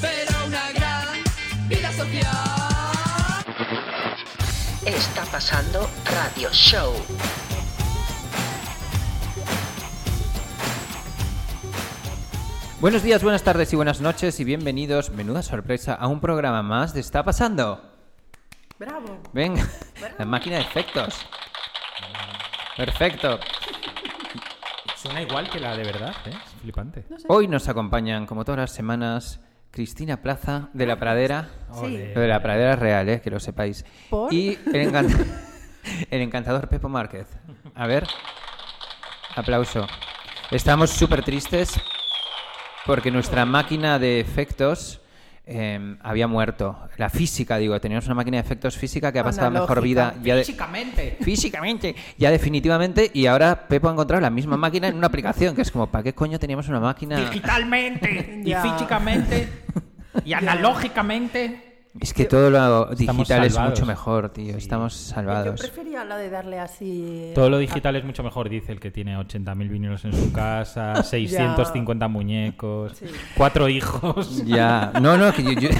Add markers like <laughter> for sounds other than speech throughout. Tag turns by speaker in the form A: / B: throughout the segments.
A: Pero una gran vida social.
B: Está pasando Radio Show.
C: Buenos días, buenas tardes y buenas noches y bienvenidos, menuda sorpresa, a un programa más de Está pasando.
D: Bravo.
C: Venga, la máquina de efectos. Perfecto.
E: Suena igual que la de verdad, ¿eh? Es flipante.
C: Hoy nos acompañan, como todas las semanas, Cristina Plaza de la Pradera.
D: Sí.
C: Lo de la Pradera es real, ¿eh? que lo sepáis.
D: ¿Por?
C: Y el, encan- <laughs> el encantador Pepo Márquez. A ver, aplauso. Estamos súper tristes porque nuestra máquina de efectos eh, había muerto. La física, digo, teníamos una máquina de efectos física que ha pasado la mejor vida.
D: Analógica.
C: ya de-
D: Físicamente.
C: físicamente, ya definitivamente, y ahora Pepo ha encontrado la misma máquina en una aplicación, que es como, ¿para qué coño teníamos una máquina?
E: Digitalmente,
D: <laughs>
E: y
D: Ya.
E: físicamente,
D: <laughs>
E: y analógicamente.
C: Es que todo lo digital es
E: salvados.
C: mucho mejor, tío, estamos
D: Yo
C: salvados.
D: prefería la de darle así.
E: Todo lo digital es mucho mejor, dice el que tiene 80.000 vinilos en su
D: <laughs>
E: casa, <laughs> 650 muñecos, cuatro hijos.
C: <laughs> Ya, no, no, que yo,
D: <laughs>
C: yo,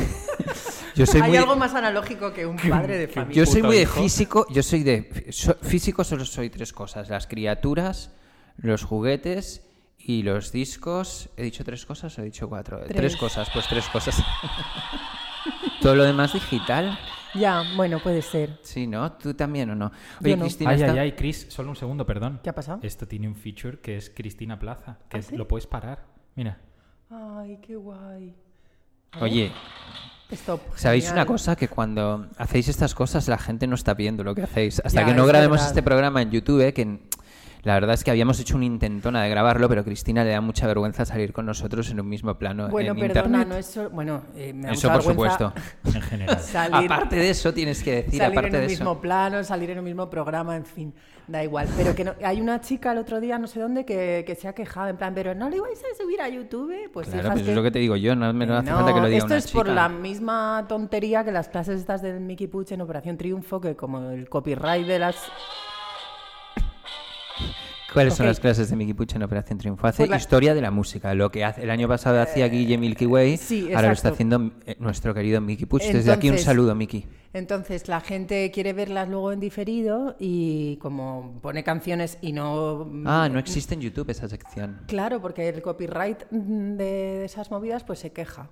C: yo soy
D: Hay
C: muy...
D: algo más analógico que un
C: <laughs>
D: padre de familia.
C: Yo soy
E: puto
C: muy de
E: hijo.
C: físico, yo soy de... so- físico solo soy tres cosas, las criaturas, los juguetes y los discos. ¿He dicho tres cosas o he dicho cuatro? Tres, cosas, pues tres cosas. <laughs> Todo lo demás digital.
D: Ya, bueno, puede ser.
C: Sí, ¿no? ¿Tú también o no?
D: Yo no.
C: Cristina,
E: Ay,
C: está-
E: ay, ay, Chris, solo un segundo, perdón.
D: ¿Qué ha pasado?
E: Esto tiene un feature que es Cristina Plaza, que
D: ¿Ah, sí?
E: lo puedes parar. Mira.
D: Ay, qué guay.
C: Oye,
D: Stop.
C: ¿sabéis
D: Genial.
C: una cosa? Que cuando hacéis estas cosas la gente no está viendo lo que hacéis. Hasta
D: Ya,
C: que no
D: es
C: grabemos
D: verdad.
C: este programa en YouTube, que en- la verdad es que habíamos hecho una intentona de grabarlo, pero Cristina le da mucha vergüenza salir con nosotros en un mismo plano
D: Bueno,
C: en
D: perdona,
C: internet.
D: no es solo. Bueno, eh, me da
C: Eso,
D: mucha
C: por
D: vergüenza
C: supuesto.
D: <laughs>
E: En general.
D: Salir,
C: Aparte de eso, tienes que decir,
D: salir
C: aparte
D: en
C: de
D: un
C: eso.
D: mismo plano, salir en un mismo programa, en fin, da igual. Pero que no, hay una chica el otro día, no sé dónde, que, que se ha quejado, en plan, pero ¿no le vais a subir a YouTube? Pues
C: Claro,
D: hijas,
C: pues es lo que te digo yo, no me no hace
D: Eh, No,
C: falta que lo diga
D: esto
C: una
D: es por
C: chica.
D: la misma tontería que las clases estas del Mickey Puch en Operación Triunfo, que como el copyright de las...
C: ¿Cuáles son
D: Ok.
C: las clases de Mickey Puch en Operación Triunfo? Hace
D: Pues la- Eh,
C: historia de la música, lo que hace, el año pasado hacía Guille Milky Way,
D: sí,
C: ahora lo está
D: exacto.
C: haciendo eh, nuestro querido Mickey Puch. Desde aquí un
D: Entonces-
C: saludo, Mickey.
D: Entonces la gente quiere verlas luego en diferido y como pone canciones y no...
C: Ah, no existe en YouTube esa sección.
D: Claro, porque el copyright mm, de esas movidas pues se queja.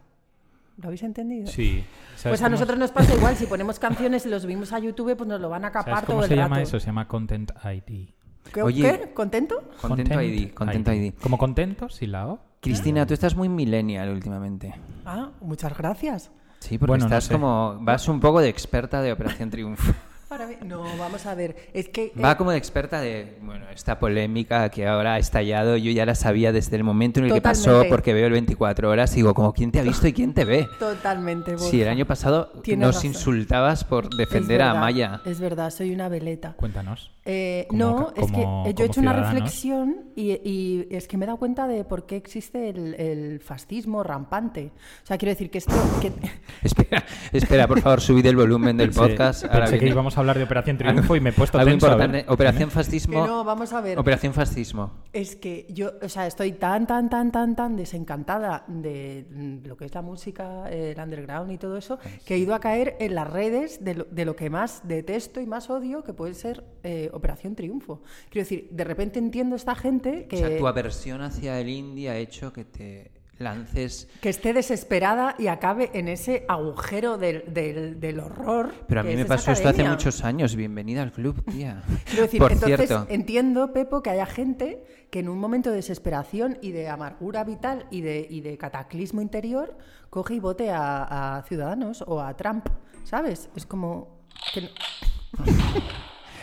D: ¿Lo habéis entendido?
E: Sí. ¿Sabes
D: Pues a
E: cómo-
D: nosotros nos pasa igual, si ponemos canciones y los subimos a YouTube, pues nos lo van a
E: ¿Sabes
D: capar
E: cómo
D: todo el
E: se llama
D: rato.
E: eso? Se llama Content ID.
D: ¿Qué,
C: Oye.
D: qué? ¿Contento?
C: Contento ID, contento ID.
E: Como contento, sí la O.
C: Cristina, tú estás muy millennial últimamente.
D: Ah, muchas gracias.
C: Sí, porque
E: Bueno, no
C: estás eh,
E: sé.
C: como. Vas un poco de experta de
D: <laughs>
C: Operación Triunfo.
D: Para mí- No, vamos a ver. Es que... eh,
C: Va como de experta de. Bueno, esta polémica que ahora ha estallado, yo ya la sabía desde el momento en el que pasó,
D: Totalmente.
C: porque veo el 24 horas y digo, como, ¿quién te ha visto y quién te ve?
D: Totalmente. Borja.
C: Sí, el año pasado
D: Tienes
C: nos
D: razón.
C: insultabas por
D: Es
C: defender a
D: verdad,
C: Amaya.
D: Es verdad, soy una veleta.
E: Cuéntanos.
D: Eh,
E: Como
D: no,
E: ca-
D: es que
E: como-
D: eh, yo
E: como
D: he hecho una
E: ciudadanos.
D: reflexión y, y es que me he dado cuenta de por qué existe el, el fascismo rampante. O sea, quiero decir que esto... que- <laughs>
C: Espera, espera, por favor, subid el volumen del
E: Pensé-
C: podcast.
E: Pensé,
C: ahora
E: que
C: viene.
E: íbamos a hablar de Operación Triunfo y me he puesto
C: Algo
E: tenso. a ver.
C: importante. Operación fascismo.
D: Que no, vamos a ver.
C: Operación fascismo.
D: Es que yo, o sea, estoy tan, tan, tan, tan, tan desencantada de mm, lo que es la música, el underground y todo
C: Ah,
D: eso, que he ido a caer en las redes de lo, de lo que más detesto y más odio, que puede ser eh, Operación Triunfo. Quiero decir, de repente entiendo esta gente que...
C: O sea, tu aversión hacia el indie ha hecho que te lances.
D: que esté desesperada y acabe en ese agujero del, del- del horror.
C: Pero a
D: que
C: mí
D: es
C: me
D: esa
C: pasó esto hace
D: academia.
C: muchos años. Bienvenida al club, tía.
D: <laughs> Quiero decir,
C: por
D: entonces
C: cierto.
D: entiendo, Pepo, que haya gente que en un momento de desesperación y de amargura vital y de, y de cataclismo interior coge y vote a, a Ciudadanos o a Trump, ¿sabes? Es como... que no-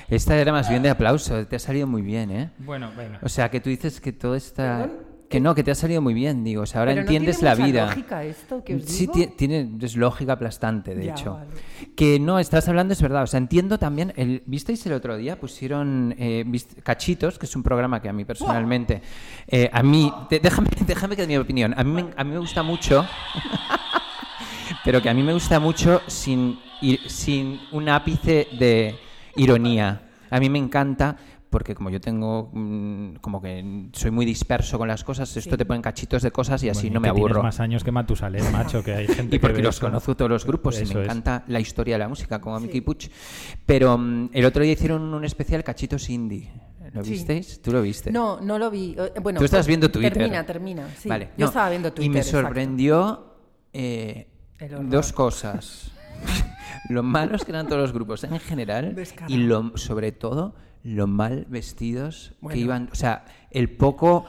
C: Esta era más bien de aplauso. Te ha salido muy bien, ¿eh?
E: Bueno, venga.
C: O sea, que tú dices que todo está. Que no, que te ha salido muy bien, digo. O sea, ahora
D: Pero no
C: entiendes
D: tiene
C: la
D: mucha
C: vida. Mm,
D: lógica esto que os
C: sí,
D: digo.
C: ti- tiene, es lógica aplastante, de
D: Ya,
C: hecho.
D: vale.
C: Que no, estás hablando, es verdad. O sea, entiendo también. El, ¿Visteis el otro día? Pusieron eh, vist- Cachitos, que es un programa que a mí personalmente. <laughs> eh, a mí. te- déjame, déjame que dé mi opinión. A mí, me, a mí me gusta mucho. <laughs> pero que a mí me gusta mucho sin, ir- sin un ápice de ironía. A mí me encanta porque como yo tengo mm, como que soy muy disperso con las cosas, esto te ponen cachitos de cosas y así
E: Bueno,
C: no
E: y
C: me
E: que tienes
C: aburro.
E: más años que Matusalén, macho, que hay <laughs> gente
C: Y porque
E: que ve
C: los
E: eso.
C: conozco todos los grupos y
E: Eso
C: me
E: es.
C: encanta la historia de la música, como a Mickey Puch. Pero mm, el otro día hicieron un especial Cachitos Indie. ¿Lo
D: Sí.
C: visteis? ¿Tú lo viste?
D: No, no lo vi. Eh, Bueno,
C: Tú estás viendo Twitter.
D: Termina, termina. Sí.
C: Vale,
D: Yo
C: no,
D: estaba viendo Twitter.
C: Y me
D: exacto.
C: sorprendió eh,
D: El horror.
C: dos cosas.
D: <laughs>
C: lo malos que eran todos los grupos en general
D: Descarado.
C: y lo, sobre todo lo mal vestidos
D: Bueno.
C: que iban. O sea, el poco...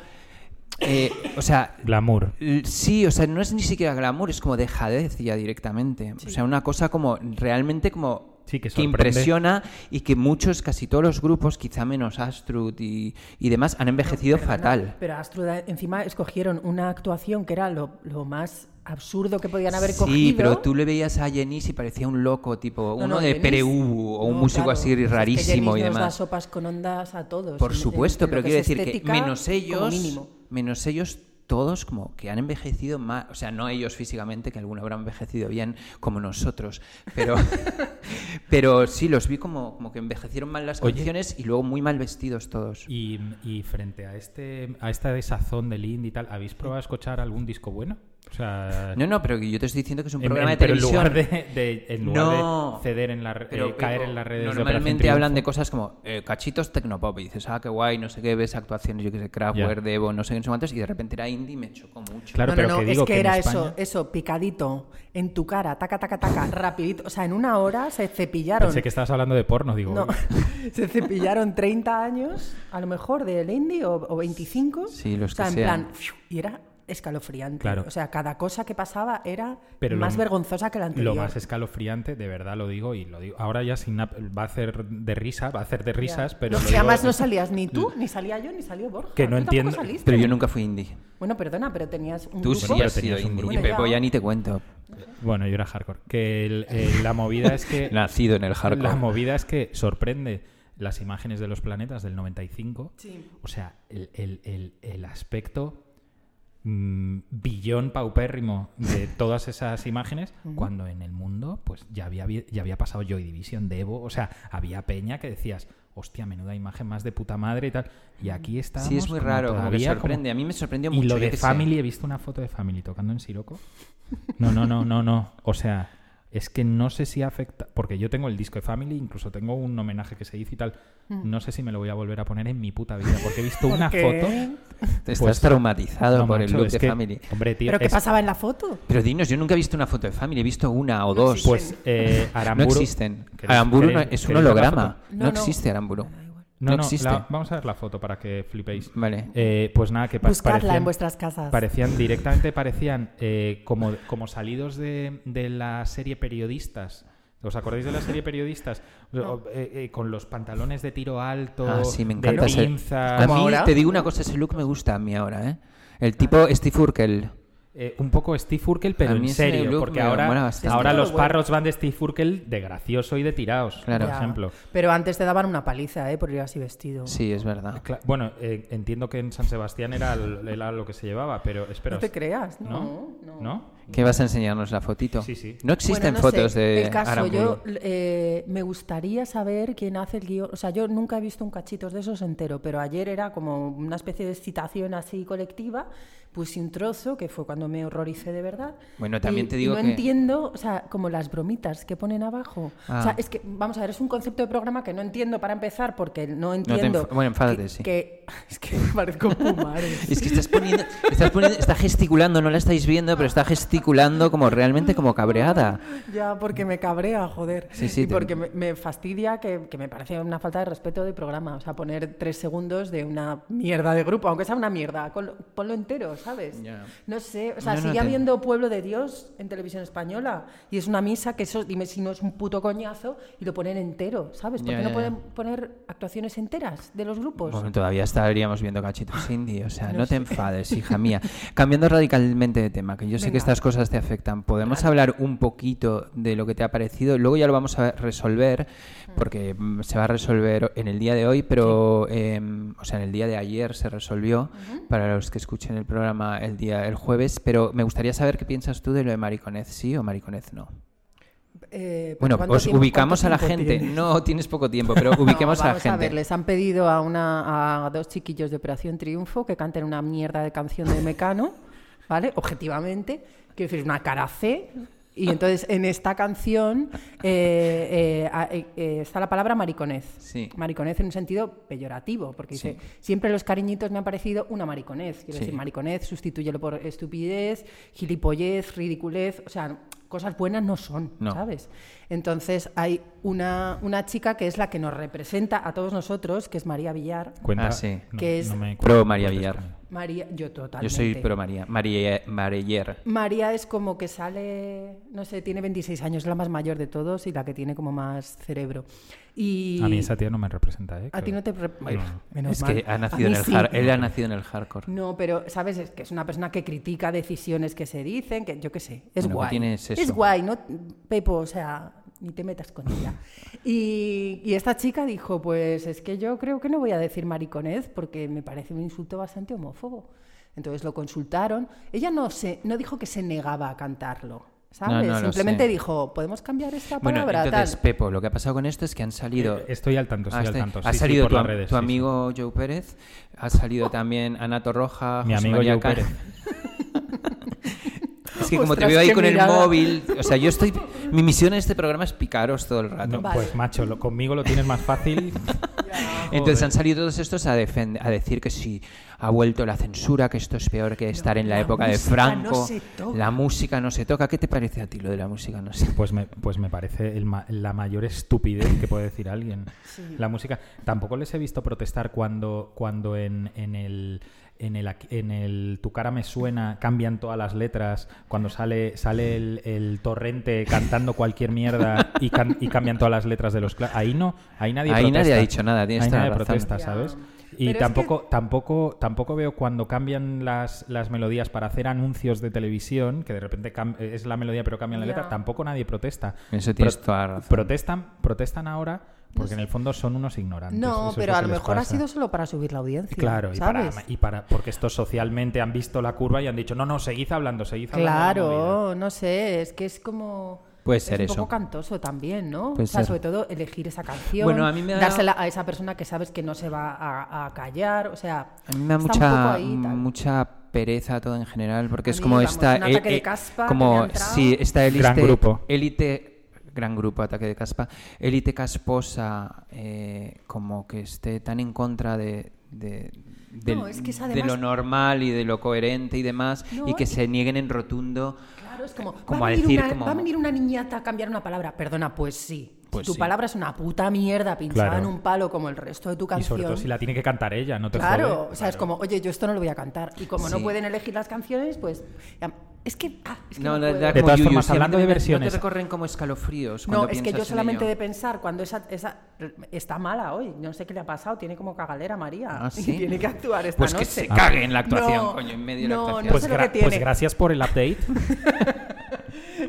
C: eh, o sea,
E: Glamour.
C: L- Sí, o sea, no es ni siquiera glamour, es como dejadez ya directamente. O sea, una cosa como realmente como
E: Sí, que sorprende.
C: impresiona y que muchos, casi todos los grupos, quizá menos Astrud y, y demás, han envejecido
D: Perdona,
C: fatal.
D: Pero Astruda, encima escogieron una actuación que era lo, lo más absurdo que podían haber
C: sí,
D: cogido.
C: pero tú le veías a Yenis y parecía un loco, tipo
D: No,
C: uno
D: no,
C: de
D: Denis-
C: Pereu o un
D: No,
C: músico
D: claro,
C: así
D: es que
C: rarísimo
D: Denis
C: y
D: nos da
C: demás.
D: sopas con ondas a todos.
C: Por
D: en- en-
C: supuesto,
D: en lo
C: pero
D: que
C: quiero
D: es
C: decir que
D: estética,
C: menos
D: como
C: ellos,
D: mínimo.
C: menos ellos todos como que han envejecido más, o sea, no ellos físicamente, que alguno habrá envejecido bien como nosotros, pero, <laughs> pero sí, los vi como, como que envejecieron mal las
E: Oye.
C: canciones y luego muy mal vestidos todos.
E: Y, y frente a este a esta desazón del indie y tal, ¿habéis probado a escuchar algún disco bueno? O sea,
C: No, no, pero que yo te estoy diciendo que es un
E: en-
C: programa
E: en-
C: de
E: pero en
C: televisión.
E: lugar de, de- en lugar
C: No.
E: de ceder en la re-
C: Pero,
E: eh, caer
C: pero
E: en las redes de Operación
C: Normalmente hablan de
E: Triunfo.
C: cosas como eh, cachitos tecnopop y dices, ah, qué guay, no sé qué, ves actuaciones, yo qué sé, Kraftwerk,
E: Ya.
C: Devo, no sé qué, no sé cuántos, y de repente era indie y me chocó mucho.
E: Claro,
D: no,
E: pero
D: no, no,
E: que digo
D: es que,
E: que en
D: era
E: España-
D: eso, eso, picadito, en tu cara, taca, taca, taca, rapidito. O sea, en una hora se cepillaron.
E: Pensé que estabas hablando de porno, digo.
D: No, <laughs>
E: uy.
D: se cepillaron 30 años, a lo mejor, del indie, o, o 25.
C: Sí, los
D: O sea,
C: que
D: en
C: sean.
D: plan, ¡fiu! y era escalofriante.
E: Claro.
D: O sea, cada cosa que pasaba era
E: Pero lo-
D: más vergonzosa que la anterior.
E: Lo más escalofriante, de verdad lo digo y lo digo. Ahora ya sin ap- va a hacer de risa, va a hacer de risas, pero
D: No,
E: lo
D: que
E: digo- Mm.
D: además no salías ni tú, ni salía yo, ni salió Borja.
E: Que no
D: Tú tampoco
E: entiendo-
D: saliste.
C: Pero yo nunca fui indie.
D: Bueno, perdona, pero tenías un
C: Tú
D: grupo.
C: sí has sido
E: tenías un
C: indie.
E: grupo.
C: Y
D: Bueno,
C: Pepo
D: ya.
C: ya ni te cuento.
E: Bueno, yo era hardcore. Que el- eh, <laughs> la movida es que
C: Nacido en el hardcore.
E: La movida es que sorprende las imágenes de los planetas del 95.
D: Sí.
E: O sea, el, el- el- el aspecto mm, billón paupérrimo
C: <laughs>
E: de todas esas imágenes, cuando en el mundo pues ya había, habi- ya había pasado Joy Division, Devo, o sea, había peña que decías, hostia, menuda imagen más de puta madre y tal. Y aquí está.
C: Sí, es muy raro, como que sorprende. A mí me sorprendió
E: Y
C: mucho,
E: lo
C: yo
E: de
C: qué sé.
E: Family, he visto una foto de Family tocando en Siroco. No, no, no, no, no. O sea, es que no sé si afecta. Porque yo tengo el disco de Family, incluso tengo un homenaje que se hizo y tal. No sé si me lo voy a volver a poner en mi puta vida. Porque he visto una
D: Mm. qué?
E: foto.
C: Te Estás
E: Pues-
C: traumatizado
E: No,
C: por
E: macho,
C: el look
E: es
C: de
E: que-
C: Family.
E: Hombre, tío.
D: ¿Pero qué
E: es-
D: pasaba en la foto?
C: Pero dinos, yo nunca he visto una foto de Family, he visto una o dos.
E: Pues eh, Aramburu.
C: no existen.
E: ¿Queréis-
C: Aramburu no-
E: queréis-
C: es un
E: queréis ver la
C: holograma.
E: foto?
C: No,
D: No, no.
C: existe Aramburu.
E: No,
C: No
E: no,
C: existe. Ah,
E: la- vamos a ver la foto para que flipéis.
C: Vale.
E: Eh, pues nada, que pa-
D: Buscadla
E: parecían-
D: en vuestras casas.
E: Parecían, directamente parecían eh, como, como salidos de, de la serie Periodistas. ¿Os acordáis de la serie Periodistas? O-
D: Ah.
E: o- eh, eh, con los pantalones de tiro alto,
C: Ah, sí, me
E: de
C: encanta ese.
E: pinzas,
C: A
D: ¿Como
C: mí,
D: ahora?
C: te digo una cosa, ese look me gusta a mí ahora, ¿eh? El
E: Ah.
C: tipo Steve Urkel.
E: eh, un poco Steve Urkel, pero
C: A mí
E: en
C: ese
E: serio,
C: look
E: porque
C: me mola
E: ahora,
C: bastante.
E: ahora
D: Está
E: los
D: muy bueno.
E: parrots van de Steve Urkel de gracioso y de tirados,
C: Claro.
E: por
D: Ya.
E: ejemplo.
D: Pero antes te daban una paliza, ¿eh? Por ir así
E: Oh.
D: vestido.
C: Sí, es verdad.
E: Cla- Bueno, eh, entiendo que en San Sebastián era, l- era lo que se llevaba, pero espera.
D: No te creas, no,
E: ¿No?
D: no.
E: ¿No?
C: ¿Qué vas a enseñarnos la fotito?
E: Sí, sí.
C: No existen
D: Bueno, no
C: fotos
D: sé.
C: de
D: El caso,
C: Aramburu.
D: yo eh, me gustaría saber quién hace el guión. O sea, yo nunca he visto un cachitos de esos entero, pero ayer era como una especie de citación así colectiva. Puse un trozo, que fue cuando me horroricé de verdad.
C: Bueno, también
D: Y-
C: te digo
D: y no
C: que-
D: entiendo, o sea, como las bromitas que ponen abajo.
C: Ah.
D: O sea, es que, vamos a ver, es un concepto de programa que no entiendo para empezar, porque no entiendo...
C: enfa- bueno, enfádate,
D: que-
C: sí.
D: que- <laughs> es que parezco
C: <laughs>
D: Pumares.
C: Es que estás poniendo, estás poniendo, está gesticulando, no la estáis viendo, pero está gesticulando como realmente como cabreada.
D: Ya, porque me cabrea, joder.
C: Sí, sí,
D: y
C: te-
D: porque me, me fastidia que, que me parece una falta de respeto de programa. O sea, poner tres segundos de una mierda de grupo, aunque sea una mierda, col- ponlo entero, ¿sabes?
C: Ya.
D: No sé, o sea,
C: No, no
D: sigue
C: te-
D: habiendo Pueblo de Dios en televisión española y es una misa que eso, dime si no es un puto coñazo y lo ponen entero, ¿sabes? ¿Por
C: Ya,
D: qué no
C: ya,
D: pueden
C: ya.
D: poner actuaciones enteras de los grupos?
C: Bueno, todavía estaríamos viendo cachitos indie, o sea, no, te enfades, hija mía. Cambiando radicalmente de tema, que yo sé que
D: Venga.
C: estás cosas te afectan. Podemos hablar un poquito de lo que te ha parecido. Luego ya lo vamos a resolver, porque mm, se va a resolver en el día de hoy, pero, em, o sea, en el día de ayer se resolvió, para los que escuchen el programa el día el jueves. Pero me gustaría saber qué piensas tú de lo de Mariconez sí o Mariconez no.
D: Eh, ¿pero
C: Bueno,
D: cuánto
C: os
D: tiempo-
C: ubicamos a la
D: cuánto tiempo
C: gente.
D: tienes?
C: No tienes poco tiempo, pero
D: <laughs> No,
C: ubiquemos a la
D: vamos
C: gente.
D: A ver, les han pedido a, una, a dos chiquillos de Operación Triunfo que canten una mierda de canción de Mecano, ¿vale? Objetivamente, quiero decir, una cara C. Y entonces en esta canción eh, eh, a- eh, eh, está la palabra mariconez.
C: Sí.
D: Mariconez en un sentido peyorativo, porque
C: Sí.
D: dice, siempre los cariñitos me han parecido una mariconez. Quiero
C: Sí.
D: decir, mariconez, sustitúyelo por estupidez, gilipollez, ridiculez, o sea, cosas buenas no son,
C: No.
D: ¿sabes? Entonces hay una, una chica que es la que nos representa a todos nosotros, que es María Villar.
E: Cuenta,
C: Ah, sí.
E: no-
D: Que es
E: no me-
C: Pro María
E: cuentes
C: Villar.
E: conmigo.
D: María, yo totalmente.
C: Yo soy pro María. María Mareller.
D: María es como que sale, no sé, tiene 26 años, es la más mayor de todos y la que tiene como más cerebro. Y
E: A mí esa tía no me representa, ¿eh?
D: a ti
E: Creo.
D: no te... pre-
E: No.
D: Menos
C: es
D: mal.
C: que ha
D: A
C: nacido
D: mí
C: en el
D: sí.
C: har- él ha nacido en el hardcore.
D: No, pero sabes es que es una persona que critica decisiones que se dicen, que yo qué sé, es
C: Bueno, ¿qué
D: guay.
C: tiene es eso?
D: guay, no Pepo, o sea, ni te metas con ella. Y, y esta chica dijo, pues es que yo creo que no voy a decir mariconez porque me parece un insulto bastante homófobo. Entonces lo consultaron. Ella no se, no dijo que se negaba a cantarlo, ¿sabes?
C: no lo
D: Simplemente
C: sé.
D: dijo, podemos cambiar esta
C: Bueno,
D: palabra.
C: entonces,
D: tal.
C: Pepo, lo que ha pasado con esto es que han salido.
E: Eh, Estoy al tanto, estoy
C: Ah,
E: al
C: este-
E: tanto.
C: ha
E: Sí, sí,
C: salido
E: por
C: tu,
E: las
C: am-
E: redes,
C: tu
E: sí, sí.
C: amigo Joe Pérez, ha salido también Anato Roja,
E: Mi
C: José
E: amigo
C: María
E: Joe
C: Cano.
E: Pérez.
C: Es que como te
D: Ostras,
C: veo ahí
D: qué
C: con el
D: mirada.
C: móvil, o sea, yo estoy. Mi misión en este programa es picaros todo el rato.
E: No,
D: Vale.
E: Pues macho, lo- conmigo lo tienes más fácil.
C: Entonces
E: Joder.
C: han salido todos estos a, defend- a decir que si ha vuelto la censura, que esto es peor que estar en la,
D: la
C: época de
D: música no
C: Franco,
D: se toca.
C: la música no se toca. ¿Qué te parece a ti lo de la música no se
E: Pues me, pues me parece el ma- la mayor estupidez que puede decir alguien. La música. Tampoco les he visto protestar cuando, cuando en, en el. En el, aquí- en el Tu cara me suena, cambian todas las letras. Cuando sale, sale el, el torrente cantando cualquier mierda y, can- y cambian todas las letras de los. cla- Ahí no, ahí nadie
C: Ahí nadie
E: protesta.
C: ha dicho nada, tienes
E: Ahí
C: toda la
E: nadie
C: razón.
E: protesta,
D: Ya.
E: ¿sabes?
D: Pero
E: Y
D: es que-
E: tampoco, tampoco, tampoco veo cuando cambian las, las melodías para hacer anuncios de televisión, que de repente cam- eh, es la melodía pero cambian la
D: Ya.
E: letra, tampoco nadie protesta.
C: Eso tienes toda la razón.
E: Protestan, protestan ahora porque en el fondo son unos ignorantes. eso
D: No,
E: es
D: pero
E: que
D: a lo
E: les
D: mejor ha
E: pasa.
D: sido solo para subir la audiencia.
E: Claro, y para,
D: ¿sabes?
E: y para- porque estos socialmente han visto la curva y han dicho, no, no, seguid hablando, seguid hablando. de la movida".
D: Claro, no sé, es que es como...
C: Puede
D: es
C: ser
D: un
C: eso.
D: poco cantoso también, ¿no?
C: Puede
D: o sea,
C: ser.
D: sobre todo elegir esa canción,
C: Bueno, a mí me ha dado-
D: dársela a esa persona que sabes que no se va a, a callar, o sea,
C: A mí me
D: está
C: da
D: un poco
C: mucha,
D: ahí, tal.
C: mucha pereza todo en general, porque
D: A
C: es
D: mí,
C: como
D: vamos,
C: esta. e-
D: un ataque de caspa que me
C: como,
D: ha entrado.
C: sí, esta élite.
E: Gran grupo.
C: Élite. Gran grupo, ataque de caspa. Élite casposa, eh, como que esté tan en contra de. de- del-
D: No, es que es
C: de
D: además-
C: lo normal y de lo coherente y demás,
D: No,
C: y que
D: y-
C: se nieguen en rotundo.
D: Claro, es como,
C: Como
D: va,
C: a
D: a venir
C: decir,
D: una,
C: como-
D: va a venir una niñata a cambiar una palabra. Perdona, pues sí. Si
C: Pues
D: tu
C: sí.
D: palabra es una puta mierda pinchada
E: Claro.
D: en un palo como el resto de tu
E: Y
D: canción.
E: sobre todo si la tiene que cantar ella, no te
D: Claro,
E: jode.
D: o sea, es como, oye, yo esto no lo voy a cantar. Y como no
C: Sí.
D: pueden elegir las canciones, pues. ya- Es que. ah, es que
C: No,
D: no
C: da- da
D: puedo.
C: como
E: todas
C: yuyu,
E: formas,
C: si a mí
E: hablando
C: no
E: de
C: me- No
E: versiones-
C: te recorren como escalofríos.
D: No,
C: cuando
D: es que
C: piensas
D: yo
C: en
D: solamente
C: ello.
D: de pensar cuando esa, esa está mala hoy, no sé qué le ha pasado, tiene como cagalera María
C: Ah, ¿sí?
D: <laughs> y tiene que actuar esta
C: Pues que
D: noche.
C: se cague en la actuación, coño, en medio de la
D: no,
C: actuación.
D: No,
E: Pues,
D: sé lo
E: gra-
D: que tiene.
E: pues gracias por el update.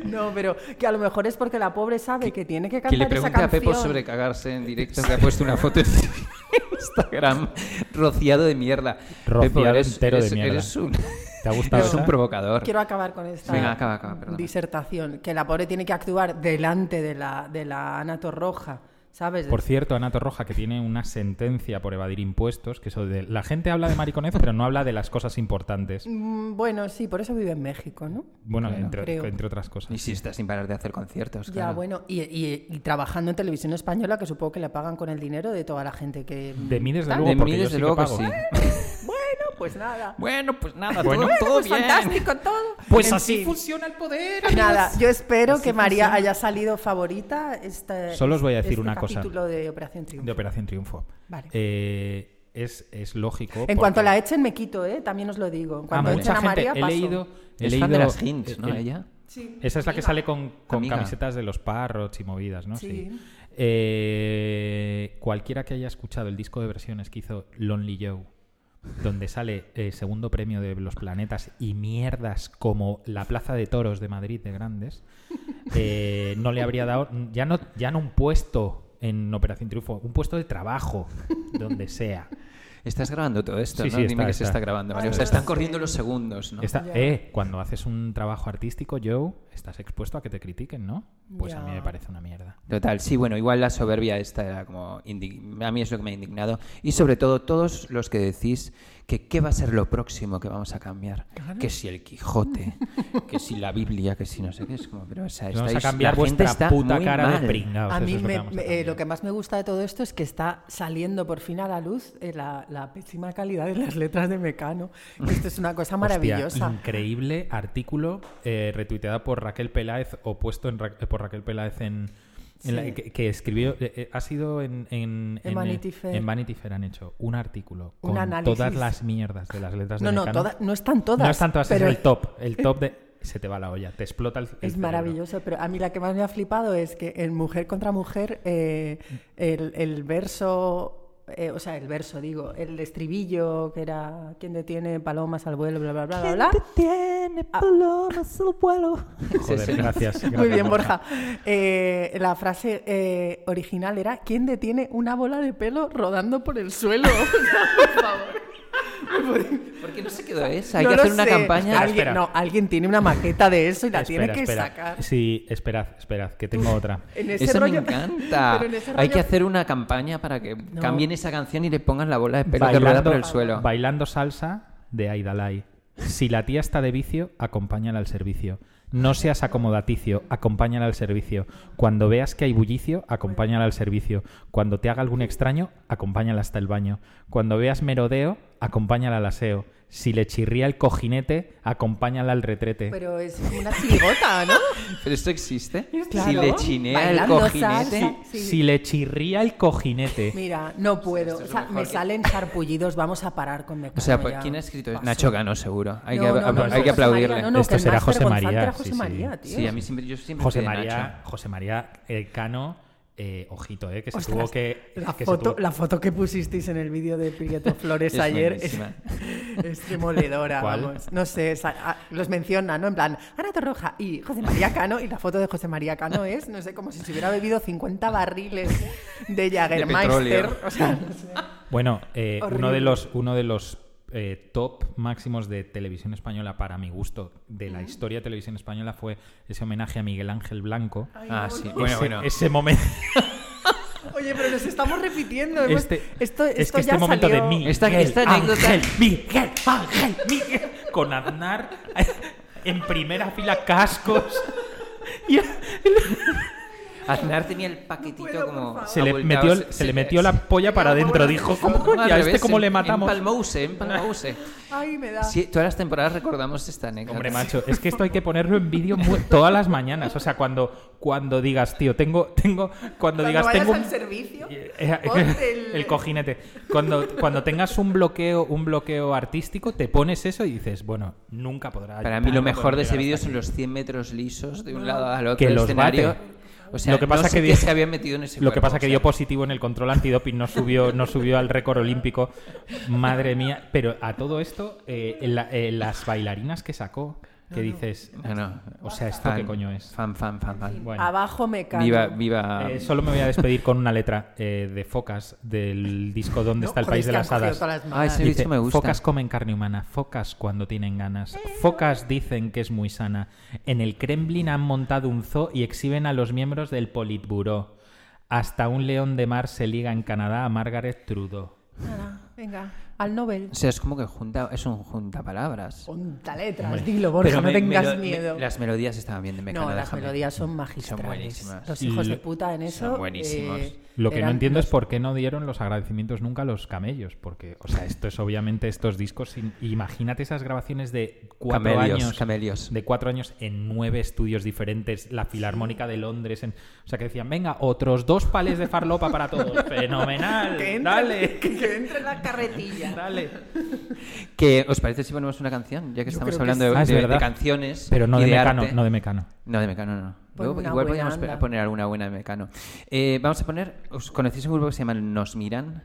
D: No, pero que a lo mejor es porque la pobre sabe que tiene que cantar
C: Que le
D: esa
C: pregunte
D: canción.
C: a Pepo sobre cagarse en directo, que ha puesto una foto en <laughs> Instagram rociado de mierda.
E: Rociado
C: Pepo, eres,
E: entero de
C: eres-
E: mierda.
C: eres un,
E: ¿Te ha gustado
C: eres un
E: esa?
C: provocador.
D: Quiero acabar con esta
C: Venga, acaba, acaba, perdona.
D: disertación. Que la pobre tiene que actuar delante de la, de la Ana Torroja, ¿sabes?
E: Por cierto, Anato Roja, que tiene una sentencia por evadir impuestos, que eso de... La gente habla de mariconez, pero no habla de las cosas importantes.
D: Mm, Bueno, sí, por eso vive en México, ¿no?
E: Bueno,
C: Claro.
E: entre,
D: Creo.
E: entre otras cosas.
C: Y si estás sin parar de hacer conciertos,
D: Ya,
C: Pues claro.
D: bueno, y, y- y trabajando en televisión española, que supongo que le pagan con el dinero de toda la gente que...
E: De mí, desde
D: tal.
E: luego,
C: Ah, De
E: porque
C: mí,
E: yo
C: desde
E: sí que
C: luego que
E: pago. <laughs> ¿eh?
C: sí.
D: Bueno, pues nada.
C: Bueno, pues nada,
E: Bueno,
C: todo, todo
D: pues
C: bien.
D: fantástico todo.
E: Pues
D: En
E: así
D: fin.
E: funciona el poder.
D: Nada, yo espero que María haya salido favorita este,
E: Solo os voy a decir
D: este
E: una cosa.
D: capítulo de Operación Triunfo.
E: De Operación Triunfo.
D: Vale.
E: Eh, es, es lógico.
D: en cuanto
E: porque-
D: la echen me quito, ¿eh? También os lo digo. En
E: Ah,
D: cuanto
E: mucha
D: echen a
E: gente.
D: María
E: he
D: paso.
E: leído. He
C: Es
E: leído
C: fan de las hints, ¿no?
E: el-
C: Ella.
D: Sí.
E: Esa es la que sale con, con
C: Amiga.
E: camisetas de los parrots y movidas, ¿no?
D: Sí.
E: Eh, cualquiera que haya escuchado el disco de versiones que hizo Lonely Joe donde sale el segundo premio de los planetas y mierdas como la Plaza de Toros de Madrid de Grandes, eh, no le habría dado ya no, ya no un puesto en Operación Triunfo, un puesto de trabajo, donde sea.
C: Estás grabando todo esto,
E: Sí,
C: ¿no?
E: sí,
C: Dime
E: está,
C: que se
E: está.
C: está grabando. ¿vale?
D: Ah,
C: O sea, están
D: sí.
C: corriendo los segundos, ¿no?
E: Esta-
D: Ya.
E: eh, cuando haces un trabajo artístico, Joe, estás expuesto a que te critiquen, ¿no? Pues a mí
D: Ya.
E: me parece una mierda.
C: Total, sí, bueno, igual la soberbia esta era como... indi- A mí es lo que me ha indignado. Y sobre todo, todos los que decís que qué va a ser lo próximo que vamos a cambiar. Que si el
D: <laughs>
C: Quijote, que si la Biblia, que si no sé qué. Es como, pero, o sea,
E: Vamos a
C: estáis-
E: cambiar
C: la gente
E: vuestra
C: está
E: puta
C: muy
E: cara
C: mal.
E: de pringados.
D: a
E: eso
D: mí
E: es
D: me-
E: lo que, vamos a
D: me- eh,
E: cambiar.
D: lo que más me gusta de todo esto es que está saliendo por fin a la luz eh, la, la pésima calidad de las letras de Mecano. que Esto es una cosa maravillosa.
E: Hostia, increíble artículo eh, retuiteado por Raquel Peláez o puesto en Ra- eh, por Raquel Peláez en, en la- que, que escribió. eh, eh, ha sido en, en, eh,
D: En Vanity Fair.
E: en Vanity Fair han hecho un artículo
D: Un
E: con
D: análisis.
E: todas las mierdas de las letras
D: no,
E: de
D: no,
E: Mecano.
D: toda- no están todas.
E: No están todas,
D: pero
E: es el top. El top de. Se te va la olla, te explota el. el
C: Este,
D: Es
E: cerebro.
D: maravilloso, pero a mí la que más me ha flipado es que en Mujer contra Mujer eh, el, el verso, eh, o sea, el verso, digo, el estribillo que era ¿Quién detiene palomas al vuelo? Bla, bla, bla, bla, bla.
E: Joder,
C: <laughs> Sí, sí.
E: gracias, gracias,
D: Muy bien, Borja. Eh, la frase eh, original era ¿Quién detiene una bola de pelo rodando por el
C: <laughs>
D: suelo? Por favor.
C: ¿Por qué no se quedó esa? Hay
D: No
C: que
D: lo
C: hacer una
D: sé.
C: campaña.
D: Alguien,
E: Espera.
D: No, alguien tiene una maqueta de eso y la
E: Espera,
D: tiene que
E: espera.
D: sacar.
E: Sí, esperad, esperad,
D: <laughs>
E: que tengo otra.
D: En ese
C: Eso me
D: rollo-
C: encanta.
D: <laughs> pero en ese
C: Hay
D: rollo-
C: que hacer una campaña para que cambien esa canción y le pongan la bola de pelo que rueda
E: bailando,
C: por el suelo.
E: bailando salsa de Aidalay. Si la tía está de vicio, acompáñala al servicio. No seas acomodaticio, acompáñala al servicio. Cuando veas que hay bullicio, acompáñala al servicio. Cuando te haga algún extraño, acompáñala hasta el baño. Cuando veas merodeo, acompáñala al aseo. Si le chirría el cojinete, acompáñala al retrete.
D: Pero es una chirigota, ¿no?
C: ¿Pero esto existe?
D: Claro.
C: Si le chinea
D: Bailando
C: el cojinete.
D: salsa. sí.
E: Si le chirría el cojinete.
D: Mira, no puedo.
C: esto es
D: O sea,
C: lo mejor
D: me
C: que-
D: salen sarpullidos. Vamos a parar con Mecano.
C: O sea, pues,
D: ya.
C: ¿quién ha escrito
D: Paso.
C: esto? Nacho Cano, seguro. Hay
D: No,
C: que,
D: no,
C: ab-
D: no, José
C: hay que
D: María,
C: aplaudirle.
D: no, no,
E: Esto
D: que el
E: será
D: máster
E: José
D: González
E: María,
D: era José
E: sí, sí.
D: María, tío.
C: Sí, a mí siempre, yo siempre
E: <laughs> José
C: fui de
E: María,
C: Nacho.
E: José María eh, Cano, eh, ojito, eh, que se
D: Ostras,
E: tuvo que.
D: la,
E: que se
D: foto,
E: tuvo-
D: la foto que pusisteis en el vídeo de Prieto Flores
C: <laughs> Es
D: ayer es,
C: buenísima.
D: <laughs> es demoledora,
E: ¿Cuál?
D: vamos. No sé, es- a- los menciona, ¿no? En plan, Ana Torroja y José María Cano, y la foto de José María Cano es, no sé, como si se hubiera bebido 50 barriles de Jagermeister.
C: petróleo.
D: o sea, no sé.
E: Bueno, eh, uno de
D: Horrible.
E: los, uno de los eh, top máximos de televisión española, para mi gusto, de la historia de televisión española fue ese homenaje a Miguel Ángel Blanco.
C: Ah, sí. Bueno,
E: ese,
C: bueno.
E: ese momento.
D: Oye, pero nos estamos repitiendo. hemos-
E: Este,
D: esto,
E: es
D: esto
E: que
D: ya
E: este momento
D: salió-
E: de mí.
C: Esta- esta anécdota-
E: Ángel, Miguel, Ángel, Miguel. Con Aznar en primera fila,
C: <laughs>
E: cascos. Y
C: Aznar tenía el paquetito
D: puedo, por
C: como.
D: favor.
E: se le,
C: abultado.
E: metió, se le metió la polla para adentro. Dijo, ¿cómo coño?
C: Al
E: ¿A este
C: revés,
E: cómo le
C: em-
E: matamos?
C: Empalmouse, empalmouse.
D: Ay, me da.
C: Sí, todas las temporadas recordamos esta anécdota.
E: Hombre, macho, es que esto hay que ponerlo en vídeo mu- todas las mañanas. O sea, cuando, cuando digas, tío, tengo, tengo, cuando,
D: Cuando
E: digas,
D: vayas
E: tengo.
D: al
E: un-
D: servicio,
E: Eh, eh,
D: ponte
E: <laughs> el...
D: el-
E: cojinete. Cuando, cuando tengas un bloqueo, un bloqueo artístico, te pones eso y dices, bueno, nunca podrá.
C: Para mí lo
E: nunca
C: mejor
E: podrá
C: de ese
E: llegar
C: vídeo
E: hasta
C: son
E: aquí.
C: los 100 metros lisos de un lado al otro
E: Que
C: del
E: los
C: escenario.
E: bate.
C: O sea,
E: Lo que pasa
C: no sé
E: que
C: qué
E: di-
C: se había metido en ese
E: Lo que
C: cuerpo,
E: pasa
C: o
E: que
C: sea.
E: dio positivo en el control antidoping, no subió, no subió al récord olímpico. Madre mía. Pero a todo esto, eh, la- eh, las bailarinas que sacó, que dices,
C: No, no.
E: o sea, ¿esto
C: Fan,
E: qué coño es?
C: Fan, fan, fan, fan.
E: Bueno.
D: abajo me cae.
C: Viva, viva.
E: Eh, solo me voy a despedir con una letra eh, de Focas del disco ¿Dónde está el país de las hadas?
C: Ah, ese
E: Dice,
C: disco me gusta.
E: Focas comen carne humana, focas cuando tienen ganas, focas dicen que es muy sana. En el Kremlin han montado un zoo y exhiben a los miembros del Politburó. Hasta un león de mar se liga en Canadá a Margaret Trudeau.
D: Venga, al Nobel.
C: O sea, es como que junta, es un juntapalabras.
D: Ponta letras, dilo, Borja, no
C: me-
D: tengas
C: melo- me-
D: miedo.
C: las melodías estaban bien de Mecano.
D: no, las
C: déjame.
D: melodías son magistrales.
C: buenísimas.
D: Los hijos de
E: L-
D: puta en eso.
C: buenísimos.
D: eh,
E: Lo que no
D: eran-
E: entiendo es por qué no dieron los agradecimientos nunca a los camellos, porque, o sea, esto es obviamente estos discos. sin- Imagínate esas grabaciones de cuatro
C: Camelios,
E: años,
C: camelios.
E: de cuatro años en nueve estudios diferentes, la Filarmónica de Londres, en, o sea, que decían, venga, otros dos pales de farlopa para todos, <laughs> fenomenal,
D: <laughs> Que entre,
E: dale,
D: <laughs> Que, que entre en la carretilla.
E: dale.
C: Que, ¿Os parece si ponemos una canción? Ya que
D: Yo
C: estamos
D: creo que
C: hablando
D: sí.
C: de,
E: Ah, es
C: de- de
E: verdad.
C: canciones.
E: Pero no
C: y
E: de Mecano,
C: arte.
E: no de Mecano.
C: No, de Mecano no.
D: Pon
C: Luego,
D: Pues una
C: igual
D: buena,
C: podríamos pe-
D: anda.
C: poner alguna buena de Mecano. Eh, vamos a poner. ¿Os conocéis un grupo que se llama Nos Miran?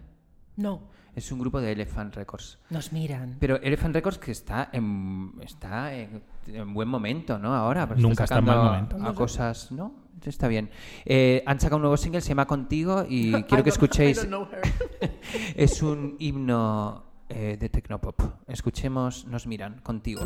D: No.
C: es un grupo de Elephant Records.
D: Nos miran.
C: Pero Elephant Records que está en, está en, en buen momento, ¿no? Ahora. pues
E: Nunca está en
C: sacando
E: mal momento.
C: A, cosas, ¿no? Está bien. Eh, han sacado un nuevo single, se llama Contigo
D: <laughs>
C: y quiero que escuchéis. es un himno eh, de Tecnopop. Escuchemos Nos miran, contigo.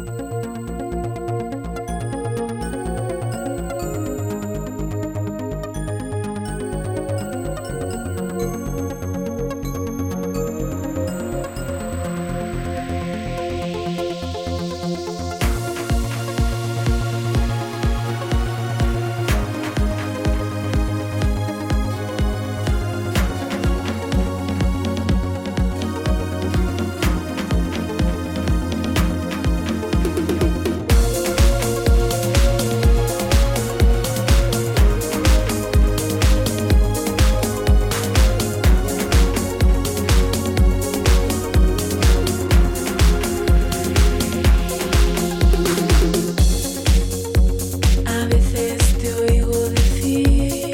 F: A veces te oigo decir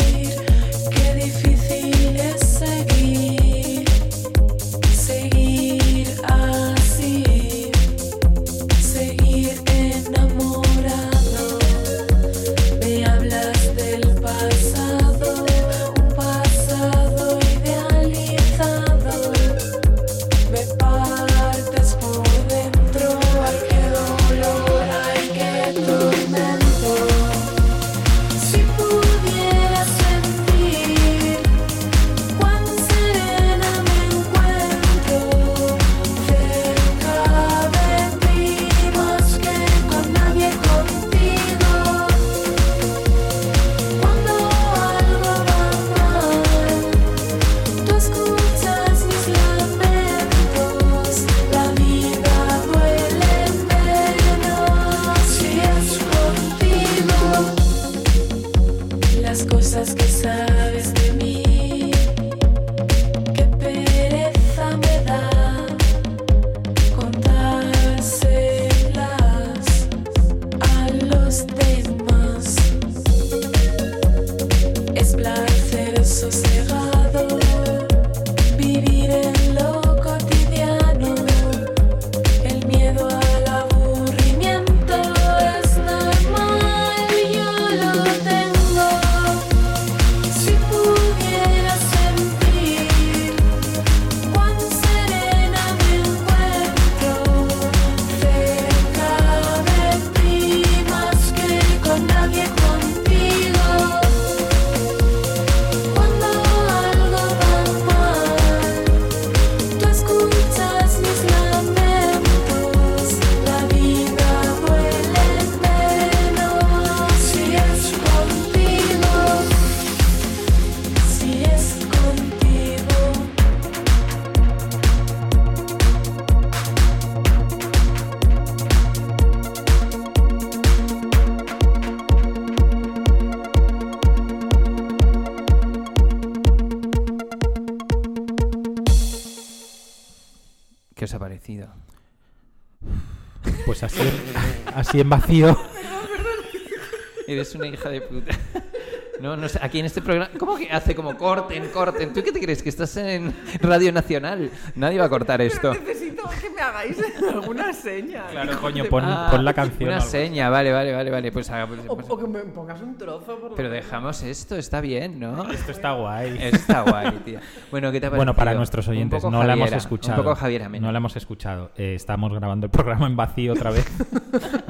F: que difícil es seguir, seguir así, seguir enamorado. Me hablas del pasado, un pasado idealizado. Me partes por dentro, ay qué dolor, ay qué tormento. Si pudiera sentir cuán serena me encuentro, cerca de ti más que con nadie contigo. Cuando algo va mal. Tú escuchas mis lamentos, la vida duele menos si es contigo. Las cosas que sabes de mí, qué pereza me da contárselas a los demás. Es placer sosegado vivir en lo cotidiano. El miedo al aburrimiento es normal, yo lo tengo. Si pudiera sentir cuán serena me encuentro, cerca de ti más que con nadie contigo. Cuando algo va mal, tú escuchas mis lamentos, la vida duele menos si es contigo, si es contigo.
C: ¿Qué os ha parecido?
E: Pues así, en- así en vacío.
C: Eres una hija de puta. <laughs> No, no sé, aquí en este programa... ¿Cómo que hace como corten, corten? ¿Tú qué te crees? ¿Que estás en Radio Nacional? Nadie va a cortar
D: <laughs>
C: esto.
D: Necesito que me hagáis <laughs> alguna seña.
E: Claro, coño, pon,
C: Ah,
E: pon la canción. o
C: Una
E: algo.
C: seña, vale, vale, vale, vale. Pues, haga- pues-
D: O,
C: pues-
D: o que me pongas un trozo. Por lo
C: pero
D: menos.
C: dejamos esto, está bien, ¿no?
E: Esto está guay.
C: Eso Está guay, tío. Bueno, ¿qué te ha
E: Bueno, para
C: parecido?
E: nuestros
C: Un
E: oyentes,
C: poco
E: no la hemos
C: Javiera,
E: escuchado.
C: Un poco Javier Amena.
E: No la hemos escuchado. Eh, estamos grabando el programa en vacío otra
C: <laughs>
E: vez.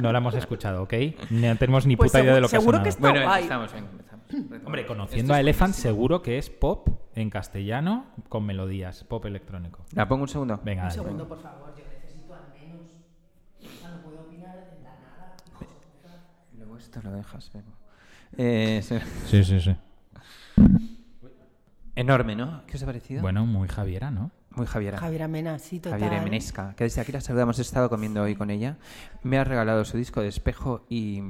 E: no la hemos escuchado, ¿ok? No tenemos ni
D: Pues
E: puta idea de lo que ha
D: seguro
E: sonado.
D: que está-
C: Bueno,
D: guay.
C: empezamos, venga, empezamos. Retomamos.
E: Hombre,
C: Esto
E: conociendo
C: es
E: a Elephant,
C: buenísimo.
E: seguro que es pop en castellano con melodías, pop electrónico.
C: La pongo un segundo.
E: Venga, dale.
D: Segundo, por favor, yo necesito al menos. O sea, no puedo opinar de nada.
C: Luego esto Pues lo dejas. venga. Eh, se-
E: Sí, sí, sí.
C: Enorme, ¿no? ¿Qué os ha parecido?
E: Bueno, muy Javiera, ¿no?
C: Muy Javiera.
D: Javier Amena, sí, total.
C: Javier Emenesca, que desde aquí la saludamos, he estado comiendo hoy con ella. Me ha regalado su disco de espejo y.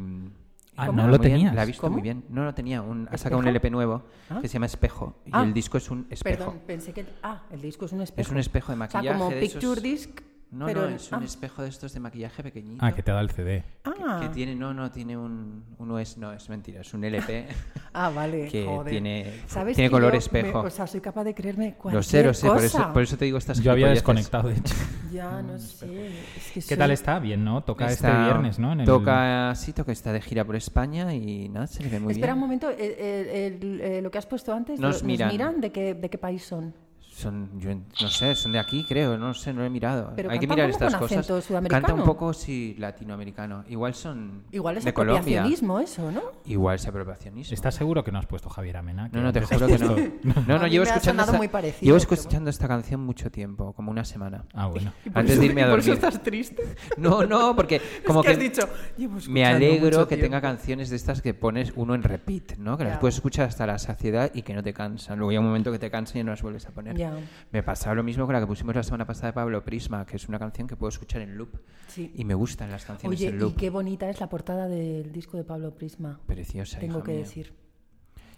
E: Ah,
C: ¿Cómo?
E: ¿no lo
C: Muy bien,
E: tenías?
C: La he visto
D: ¿Cómo?
C: muy bien. No lo tenía. Un, ha sacado un
D: ¿Espejo?
C: LP nuevo
D: Ah.
C: que se llama Espejo y
D: Ah.
C: el disco es un espejo.
D: Perdón, pensé que. Ah, el disco es un espejo.
C: Es un espejo de
D: O sea,
C: maquillaje
D: como
C: de esos-
D: Picture Disc,
C: No,
D: Pero
C: no,
D: el-
C: es un
D: ah.
C: espejo de estos de maquillaje pequeñito.
E: Ah, que te da el CD.
C: que-
D: Ah.
C: que tiene, no, no, tiene un, un US, no, es mentira, es un LP.
D: Ah, vale.
C: que
D: joder.
C: tiene-
D: ¿Sabes
C: tiene
D: que
C: color
D: yo me-
C: espejo.
D: o sea, soy capaz de creerme <laughs> cualquier
C: lo sé, lo sé,
D: cosa.
C: por eso, por eso Mm, te digo estas
E: Yo había
C: gilipolleces.
E: desconectado, de
C: <laughs>
E: hecho.
D: Ya, no sé. es que
E: ¿Qué
D: soy-
E: tal está? Bien, ¿no? Toca este
C: Está-
E: viernes, ¿no? En el-
C: Toca, sí, toca, está de gira por España y nada, se le ve muy
D: Espera un
C: bien.
D: momento, eh, eh, el- eh, lo que has puesto antes,
C: Nos
D: lo-
C: miran.
D: de, qué, ¿de qué país son?
C: Son, yo en- no sé, son de aquí, creo, no sé, no lo he mirado.
D: Pero
C: Hay que
D: cantan
C: mirar
D: como
C: estas
D: con
C: cosas.
D: acento sudamericano.
C: Canta un poco, sí, latinoamericano. Igual son
D: Igual es
C: de Colombia.
D: apropiacionismo eso, ¿no?
C: Igual es apropiacionismo.
E: ¿Estás seguro que no has puesto Javier Amena? <laughs>
C: No, no, te
E: antes has
C: juro que no.
E: puesto- <laughs>
C: No,
D: A
C: no,
D: mí
C: llevo
D: me ha
C: escuchando,
D: sonado
C: esta,
D: muy parecido,
C: llevo
D: pero
C: escuchando esta canción mucho tiempo, como una semana.
E: Ah,
C: <laughs>
E: bueno.
D: Y por
C: Antes
D: eso-
C: de irme a
D: y
C: dormir.
D: <laughs> Por eso estás triste.
C: No, no, porque como
D: <laughs> es que, has dicho, "Llevo
C: me
D: escuchando
C: alegro
D: pues mucho
C: que tenga
D: tiempo".
C: canciones de estas que pones uno en repeat, ¿no? Que las
D: Ya.
C: puedes escuchar hasta la saciedad y que no te cansan. Luego llega un momento que te cansan y no las vuelves a poner.
D: Ya.
C: Me pasaba lo mismo con la que pusimos la semana pasada de Pablo Prisma, que es una canción que puedo escuchar en loop.
D: Sí.
C: Y me gustan las canciones
D: Oye,
C: en
D: y
C: loop.
D: qué bonita es la portada del disco de Pablo Prisma.
C: Preciosa,
D: tengo
C: hija
D: que
C: mía.
D: decir.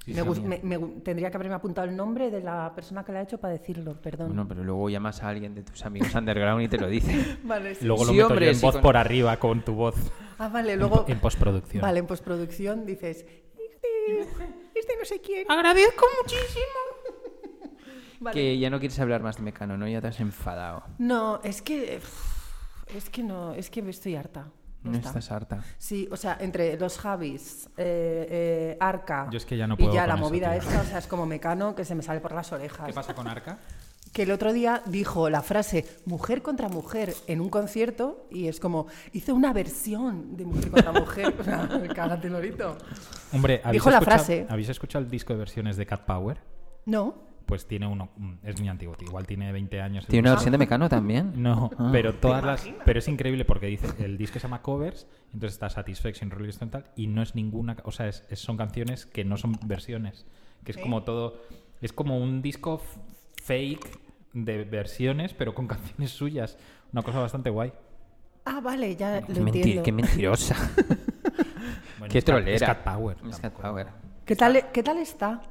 C: Sí,
D: Me
C: hija
D: gus-
C: mía.
D: me- me gu- tendría que haberme apuntado el nombre de la persona que la ha hecho para decirlo, perdón.
C: Bueno, pero luego llamas a alguien de tus amigos underground y te lo dice.
D: <laughs> Vale, sí.
E: Luego lo
C: Sí,
E: meto
C: hombre,
E: yo en
C: sí,
E: voz
C: con-
E: por arriba con tu voz
D: Ah, vale,
E: en
D: luego.
E: po- en postproducción.
D: Vale, en postproducción dices. Este, este no sé quién.
F: Agradezco muchísimo.
D: <laughs> Vale.
C: Que ya no quieres hablar más de Mecano, ¿no? Ya te has enfadado.
D: No, es que. Es que no, es que estoy harta. Ya
C: No
D: está.
C: estás harta.
D: Sí, o sea, entre los Javis, eh, eh, Arca
E: Yo es que ya no
D: y
E: puedo
D: ya
E: con
D: la
E: eso,
D: movida
E: tío.
D: esta, o sea, es como mecano que se me sale por las orejas.
E: ¿Qué pasa con Arca?
D: que el otro día dijo la frase mujer contra mujer en un concierto y es como, hizo una versión de mujer contra mujer. <laughs> O sea, Cágate, Lorito.
E: Hombre, ¿habéis
D: Dijo la
E: escuchado-
D: frase.
E: ¿Habéis escuchado el disco de versiones de Cat Power?
D: No,
E: Pues tiene uno. mm, Es muy antiguo, tío, igual tiene 20 años. el
C: ¿Tiene una
E: disco.
C: versión de Mecano también?
E: pues No,
C: Ah.
E: pero todas las. Pero es increíble porque dice, el disco se llama Covers, entonces está Satisfaction, Rolling Stone tal, y no es ninguna, o sea, es- es- son canciones que no son versiones, que es como todo, es como un disco f- fake de versiones, pero con <laughs> canciones suyas, una cosa bastante guay.
D: Ah, vale, ya
C: Qué,
D: lo
C: menti-
D: entiendo.
C: qué mentirosa.
E: Bueno,
C: <laughs> qué
E: es Cat-
C: trolera.
E: es Cat Power.
C: Es Cat Power.
D: ¿Qué tal, ¿Qué tal está?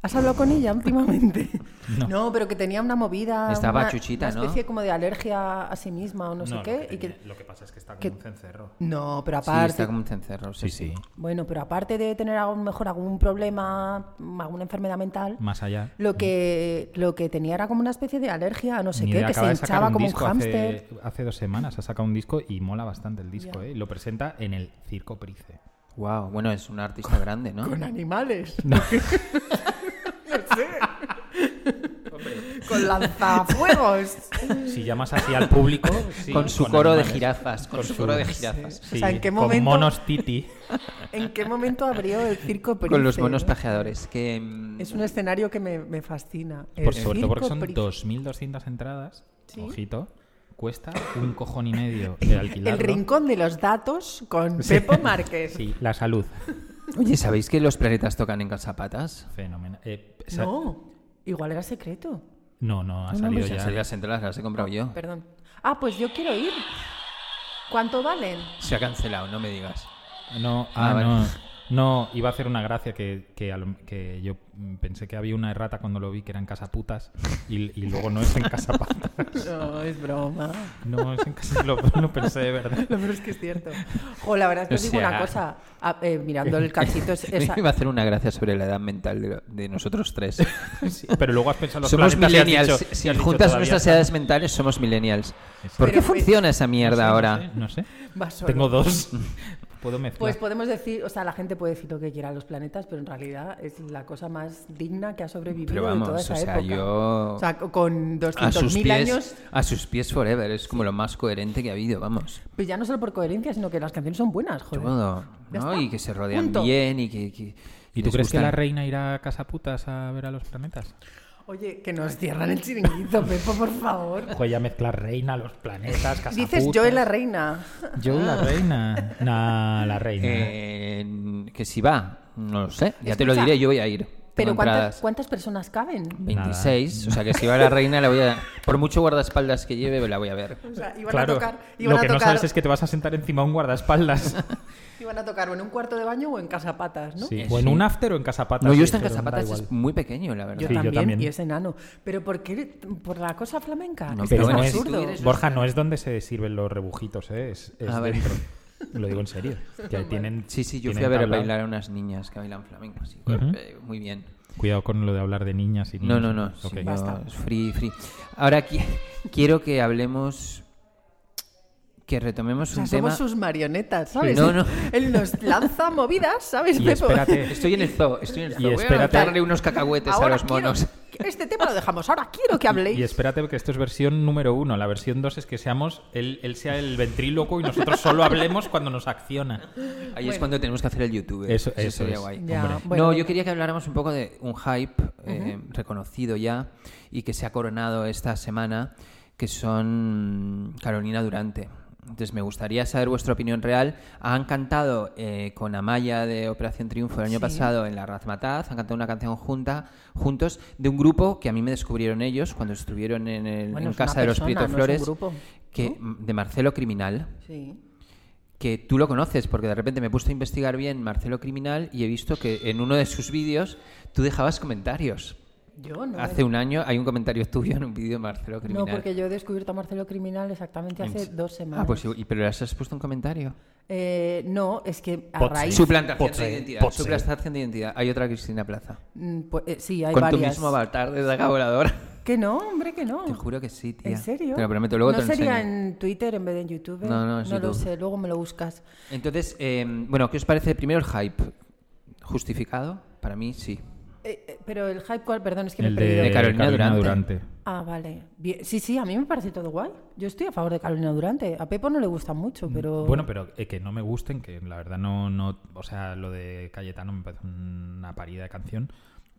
D: ¿Has hablado con ella últimamente?
E: <laughs> No.
D: pero que tenía una movida.
C: Estaba
D: una,
C: chuchita,
D: una
C: ¿no?
D: especie como de alergia a sí misma o no, sé
E: No,
D: qué.
E: Lo que,
D: y que-
E: tenía- lo que pasa es que está como
D: que-
E: un cencerro.
D: No, pero
C: Sí,
D: aparte.
C: está como un cencerro. Sí, sí.
D: Bueno, pero aparte de tener a lo mejor algún problema, alguna enfermedad mental,
E: Más allá.
D: lo que, lo que tenía era como una especie de alergia a no sé
E: Mm. Ni
D: qué,
E: idea,
D: que se
E: acaba de sacar
D: hinchaba como un
E: disco
D: hámster.
E: hace, hace dos semanas ha sacado un disco y mola bastante el disco, ¿eh? Lo presenta en el Circo Price.
C: Wow, bueno, es un artista grande, ¿no?
D: Con animales.
E: <laughs>
D: <laughs> No, sé. Con lanzafuegos.
E: Si llamas así
D: <laughs>
E: al público. sí,
C: Con su coro de
E: animales.
C: jirafas, con su coro de jirafas.
E: Sí,
D: O sea, ¿en qué
E: Con
D: momento?
E: monos titi.
D: ¿En qué momento abrió el circo Price?
C: Con los monos
D: eh?
C: pajeadores. Que, mm,
D: Es un escenario que me, me fascina.
E: Por
D: El
E: suerte,
D: circo
E: porque son
D: Price.
E: 2.200 entradas.
D: Sí.
E: Ojito. Cuesta un cojón y medio de
D: <laughs>
E: alquilarlo.
D: El rincón de los datos con
E: Sí.
D: Pepo Márquez.
E: Sí, la salud.
C: Oye, ¿sabéis que los planetas tocan en calzapatas?
E: Fenomenal. Eh, sa-
D: No, igual era secreto.
E: no, no,
D: No,
E: ha
D: no,
E: salido
D: pues
E: ya. ¿eh?
C: Las las entradas las he comprado yo.
D: Perdón. Ah, pues yo quiero ir. ¿Cuánto valen?
C: Se ha cancelado, no me digas.
E: No,
C: Ah,
E: ah,
C: vale.
E: no. No, iba a hacer una gracia que, que, a lo- que yo mm, pensé que había una errata cuando lo vi que eran casaputas y, y luego no es en <laughs> casapatas.
D: No, es broma.
E: No, es en casa, lo, lo pensé de
C: <laughs>
E: verdad.
D: Lo peor es que es cierto. O la verdad es que os
C: O
D: digo una
C: sea-
D: cosa. a- eh, mirando el cachito, es,
C: <laughs> Me
D: esa-
C: iba a hacer una gracia sobre la edad mental de, de nosotros tres.
E: Sí, pero luego has pensado <laughs> los
C: somos
E: planetas y has
C: millennials.
E: dicho-
C: si
E: y has dicho
C: juntas
E: todavía
C: nuestras
E: está-
C: edades mentales, somos millennials.
E: Sí, sí.
C: ¿Por qué
D: Pero-
C: funciona esa
E: No sé,
C: mierda
E: no
C: ahora?
E: sé, No sé.
D: va solo.
E: Tengo
C: <laughs>
E: dos. Puedo mezclar.
D: Pues podemos decir, o sea, la gente puede decir lo que quiera a los planetas, pero en realidad es la cosa más digna que ha sobrevivido
C: Pero
D: de toda
C: vamos,
D: esa
C: o sea,
D: época.
C: yo...
D: O sea, co- con
C: a sus
D: 200.000
C: pies,
D: años,
C: a sus pies forever. Es como lo más coherente que ha habido, vamos.
D: pues ya no solo por coherencia, sino que las canciones son buenas, joder.
C: Todo,
D: Ya
C: ¿no?
D: está.
C: Y que se rodean
D: Punto.
C: bien y que... que
E: ¿Y tú
C: les
E: crees que la
C: gustan.
E: reina irá a casaputas a ver a los planetas?
D: Oye, que nos cierran el chiringuito, Pepo, por favor.
E: Joder, ya mezclar reina, los planetas, casaputas.
D: Dices yo y la reina.
E: Yo la
C: <laughs>
E: reina. Nah, la reina.
C: Eh, que si va, no lo sé. Ya te lo
D: Escucha.
C: diré, yo voy a ir.
D: Pero ¿cuántas,
C: entradas.
D: ¿cuántas personas caben?
C: 26, o sea que si va la reina la voy a... Por mucho guardaespaldas que lleve, la voy a ver.
D: O sea, iban
E: Claro,
D: a tocar, iban
E: lo
D: a
E: que no
D: tocar-
E: sabes es que te vas a sentar encima de un guardaespaldas.
C: <laughs>
D: iban a tocar o en un cuarto de baño o en casapatas, ¿no?
E: Sí,
C: Eh,
E: O en
C: sí.
E: un after o en casapatas.
C: No, yo
E: sí,
C: esta en
E: pero da
C: Cazapatas es
E: igual.
C: muy pequeño, la
D: Yo,
C: verdad.
E: Sí, yo
D: también,
E: también.
D: y es enano. Pero ¿por qué? ¿Por la cosa flamenca?
C: No,
D: Es que
E: Pero
D: es
E: no
C: bueno, si tú
D: absurdo.
C: eres- Ah,
E: Borja, no es donde se sirven los rebujitos, ¿eh? es, es
C: A ver. <laughs>
E: dentro. Lo digo en serio. <laughs> Que tienen,
C: Sí, sí, yo fui a
E: tienen
C: ver a
E: tabla.
C: bailar a unas niñas que bailan flamenco, así,
E: Ujú.
C: eh, muy bien.
E: Cuidado con lo de hablar de niñas y
C: No,
E: niños.
C: no, no, sí,
E: Ok.
D: <laughs>
C: yo-
D: Basta.
C: es free, free. Ahora qui- quiero que hablemos, que retomemos
D: O sea,
C: un
D: somos
C: tema...
D: sus marionetas, ¿sabes? <laughs>
C: No, no.
D: Él nos lanza movidas,
C: <laughs>
D: ¿sabes?
E: Y
D: Pepo? <laughs>
E: espérate,
C: Eh, Estoy en el zoo, estoy en el
E: Y
C: zoo. Voy a
E: espérate-
C: darle unos cacahuetes
D: Ahora
C: a los
D: quiero-
C: monos.
D: Este tema lo dejamos. Ahora quiero que habléis.
E: Y espérate porque esto es versión número uno. La versión dos es que seamos él, él sea el ventríloco y nosotros solo hablemos cuando nos acciona.
C: Ahí es cuando tenemos que hacer el YouTube.
E: Eso- eso
C: sería
E: es.
C: guay.
D: Ya,
E: Hombre.
D: Ah, bueno,
C: no, yo quería que habláramos un poco de un hype eh, reconocido ya y que se ha coronado esta semana, que son Carolina Durante. Entonces me gustaría saber vuestra opinión real. Han cantado eh, con Amaya de Operación Triunfo el año pasado en La Razmataz, han cantado una canción junta, juntos de un grupo que a mí me descubrieron ellos cuando estuvieron en, el-
D: Bueno,
C: en
D: es una
C: casa de los
D: persona,
C: Prieto
D: no es un
C: Flores,
D: grupo.
C: que, de Marcelo Criminal
D: Sí.
C: que tú lo conoces, porque de repente me he puesto a investigar bien Marcelo Criminal y he visto que en uno de sus vídeos tú dejabas comentarios.
D: Yo no. eh.
C: Hace un año hay un comentario tuyo en un vídeo de Marcelo Criminal.
D: No, porque yo he descubierto a Marcelo Criminal exactamente hace
C: En-
D: dos semanas.
C: Ah, pues sí, y- pero le has puesto un comentario.
D: Eh, no, es que a
E: Pot-
D: raíz...
E: Su-
C: Suplantación
E: Potse,
C: de identidad.
E: potse.
C: Suplantación de identidad. Hay otra Cristina Plaza.
D: Mm, pues, eh, sí, hay
C: Con
D: varias.
C: tu mismo avatar de daga voladora.
D: <laughs> Que no, hombre, que no.
C: Te juro que sí, tía.
D: ¿En serio?
C: Te lo prometo, luego
D: ¿No
C: te lo
D: sería
C: enseño.
D: en Twitter en vez de en YouTube?
C: No, no, es
D: lo
C: YouTube.
D: sé, luego me lo buscas.
C: Entonces, eh, bueno, ¿qué os parece primero el hype? ¿Justificado? Para mí, sí.
D: Eh, eh, pero el hype, ¿cuál? Perdón, es que me
E: El
D: he perdido.
E: de,
C: De Carolina
E: Carolina,
C: Durante.
E: Durante.
D: Ah, vale. Bien. Sí, sí, a mí me parece todo guay. Yo estoy a favor de Carolina Durante. A Pepo no le gusta mucho, pero...
E: Mm, Bueno, pero eh, que no me gusten, que la verdad no, no. O sea, lo de Cayetano me parece una parida de canción.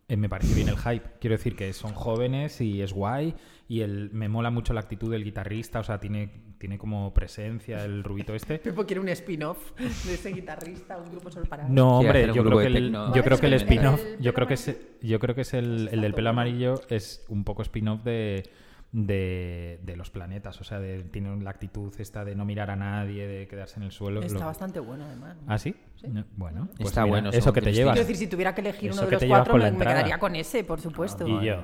E: Eh, me parece bien el hype. Quiero decir que son jóvenes y es guay. Y el, me mola mucho la actitud del guitarrista. O sea, tiene, tiene como presencia el rubito
C: <laughs>
E: este.
D: Pepo quiere un spin-off de ese guitarrista, un grupo solo para...
E: No,
C: Quiere
E: hombre,
C: hacer un
E: yo creo,
C: grupo
E: que
C: de
E: el,
C: tecno.
E: yo creo que el
D: Vale,
E: spin-off,
D: el
E: yo creo que
D: pelo
E: es, yo creo que es el, el del pelo amarillo es un poco spin-off de, de, de los planetas, o sea, de, tiene la actitud esta de no mirar a nadie, de quedarse en el suelo.
D: Está
E: lo-
D: bastante bueno, además.
E: ¿Ah, sí? No, Bueno, pues
C: Está
E: mira,
C: bueno,
E: Eso
C: según
E: que te
C: Cristina.
E: llevas.
D: Quiero decir, si tuviera que elegir
E: Eso
D: uno de
E: que
D: los
E: te llevas
D: cuatro,
E: con
D: me,
E: la
D: me
E: entrada.
D: quedaría con ese, por supuesto. <laughs>
E: Y yo.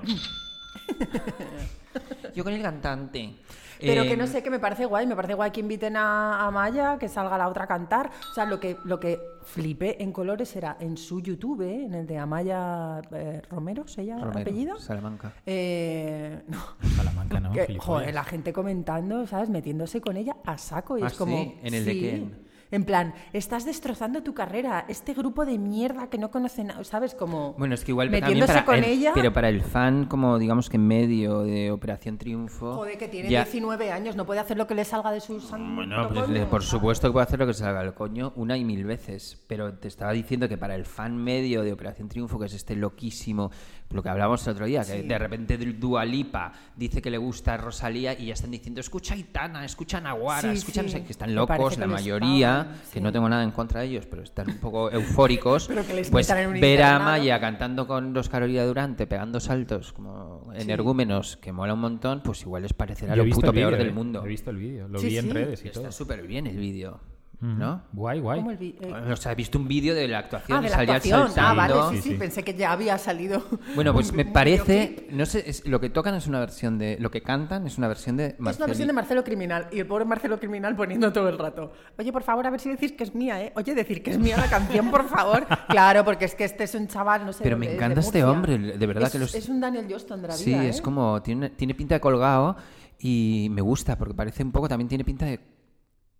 C: Yo con el cantante.
D: Pero
C: Eh,
D: que no sé, que me parece guay, me parece guay que inviten a, a Maya, que salga la otra a cantar. O sea, lo que, lo que flipé en colores era en su YouTube, ¿eh? en el de Amaya eh, Romero, ¿se llama
C: Romero,
D: apellido?
C: Salamanca.
D: Eh,
C: <laughs>
D: no.
E: Salamanca, ¿no?
D: Que,
E: Gilipollas.
D: joder, la gente comentando, ¿sabes? Metiéndose con ella a saco. Y
C: Ah,
D: es como.
C: ¿sí? ¿En el de quién?
D: En plan, estás destrozando tu carrera. Este grupo de mierda que no conoce nada, ¿sabes? Como.
C: Bueno, es que igual también
D: metiéndose
C: para
D: con
C: el-
D: ella.
C: pero para el fan, como digamos que en medio de Operación Triunfo.
D: Joder, que tiene
C: ya-
D: 19 años, no puede hacer lo que le salga de su santo
C: Bueno, pues,
D: coño,
C: le- por
D: ¿sabes?
C: supuesto que puede hacer lo que se haga el coño una y mil veces, pero te estaba diciendo que para el fan medio de Operación Triunfo, que es este loquísimo, lo que hablábamos el otro día, que de repente Dualipa dice que le gusta Rosalía y ya están diciendo, escucha a Itana, escucha a Nahuara,
D: Sí,
C: escucha, no
D: sí.
C: sé", que están
D: Me
C: locos,
D: parece
C: la
D: que les
C: mayoría,
D: pagan,
C: que
D: sí.
C: no tengo nada en contra de ellos, pero están un poco eufóricos.
D: <laughs> Pero que les
C: pues
D: metan en un
C: ver a
D: internado.
C: Maya cantando con los Carolina Durante, pegando saltos como energúmenos, que mola un montón, pues igual les parecerá
E: Yo he
C: lo
E: visto
C: puto
E: el vídeo,
C: peor del
E: eh.
C: mundo.
E: He visto el vídeo, lo
D: Sí,
E: vi en
D: sí.
E: redes y todo.
C: Está súper bien el vídeo, ¿no?
E: Guay, guay.
D: ¿Cómo el vi- eh?
C: O sea, he visto un vídeo de la actuación
D: Ah, de
C: y
D: la
C: salía
D: actuación. Ah, vale,
C: saltando.
D: sí, sí,
E: Sí, sí.
D: pensé que ya había salido. <laughs>
C: Bueno, pues me
D: un
C: parece,
D: videoclip.
C: no sé, es- lo que tocan es una versión de, lo que cantan es una versión de
D: Es una
C: Marceli.
D: versión de Marcelo Criminal y el pobre Marcelo Criminal poniendo todo el rato. Oye, por favor, a ver si decís que es mía, ¿eh? Oye, decir que es mía la canción, por
C: <laughs>
D: favor. Claro, porque es que este es un chaval, no sé.
C: Pero
D: de-
C: me
D: de
C: encanta este
D: Murcia.
C: hombre, de verdad
D: Es-
C: que los-
D: Es un Daniel Johnston de la
C: Sí,
D: vida, ¿eh?
C: es como, tiene, tiene pinta de colgado y me gusta porque parece un poco, también tiene pinta de,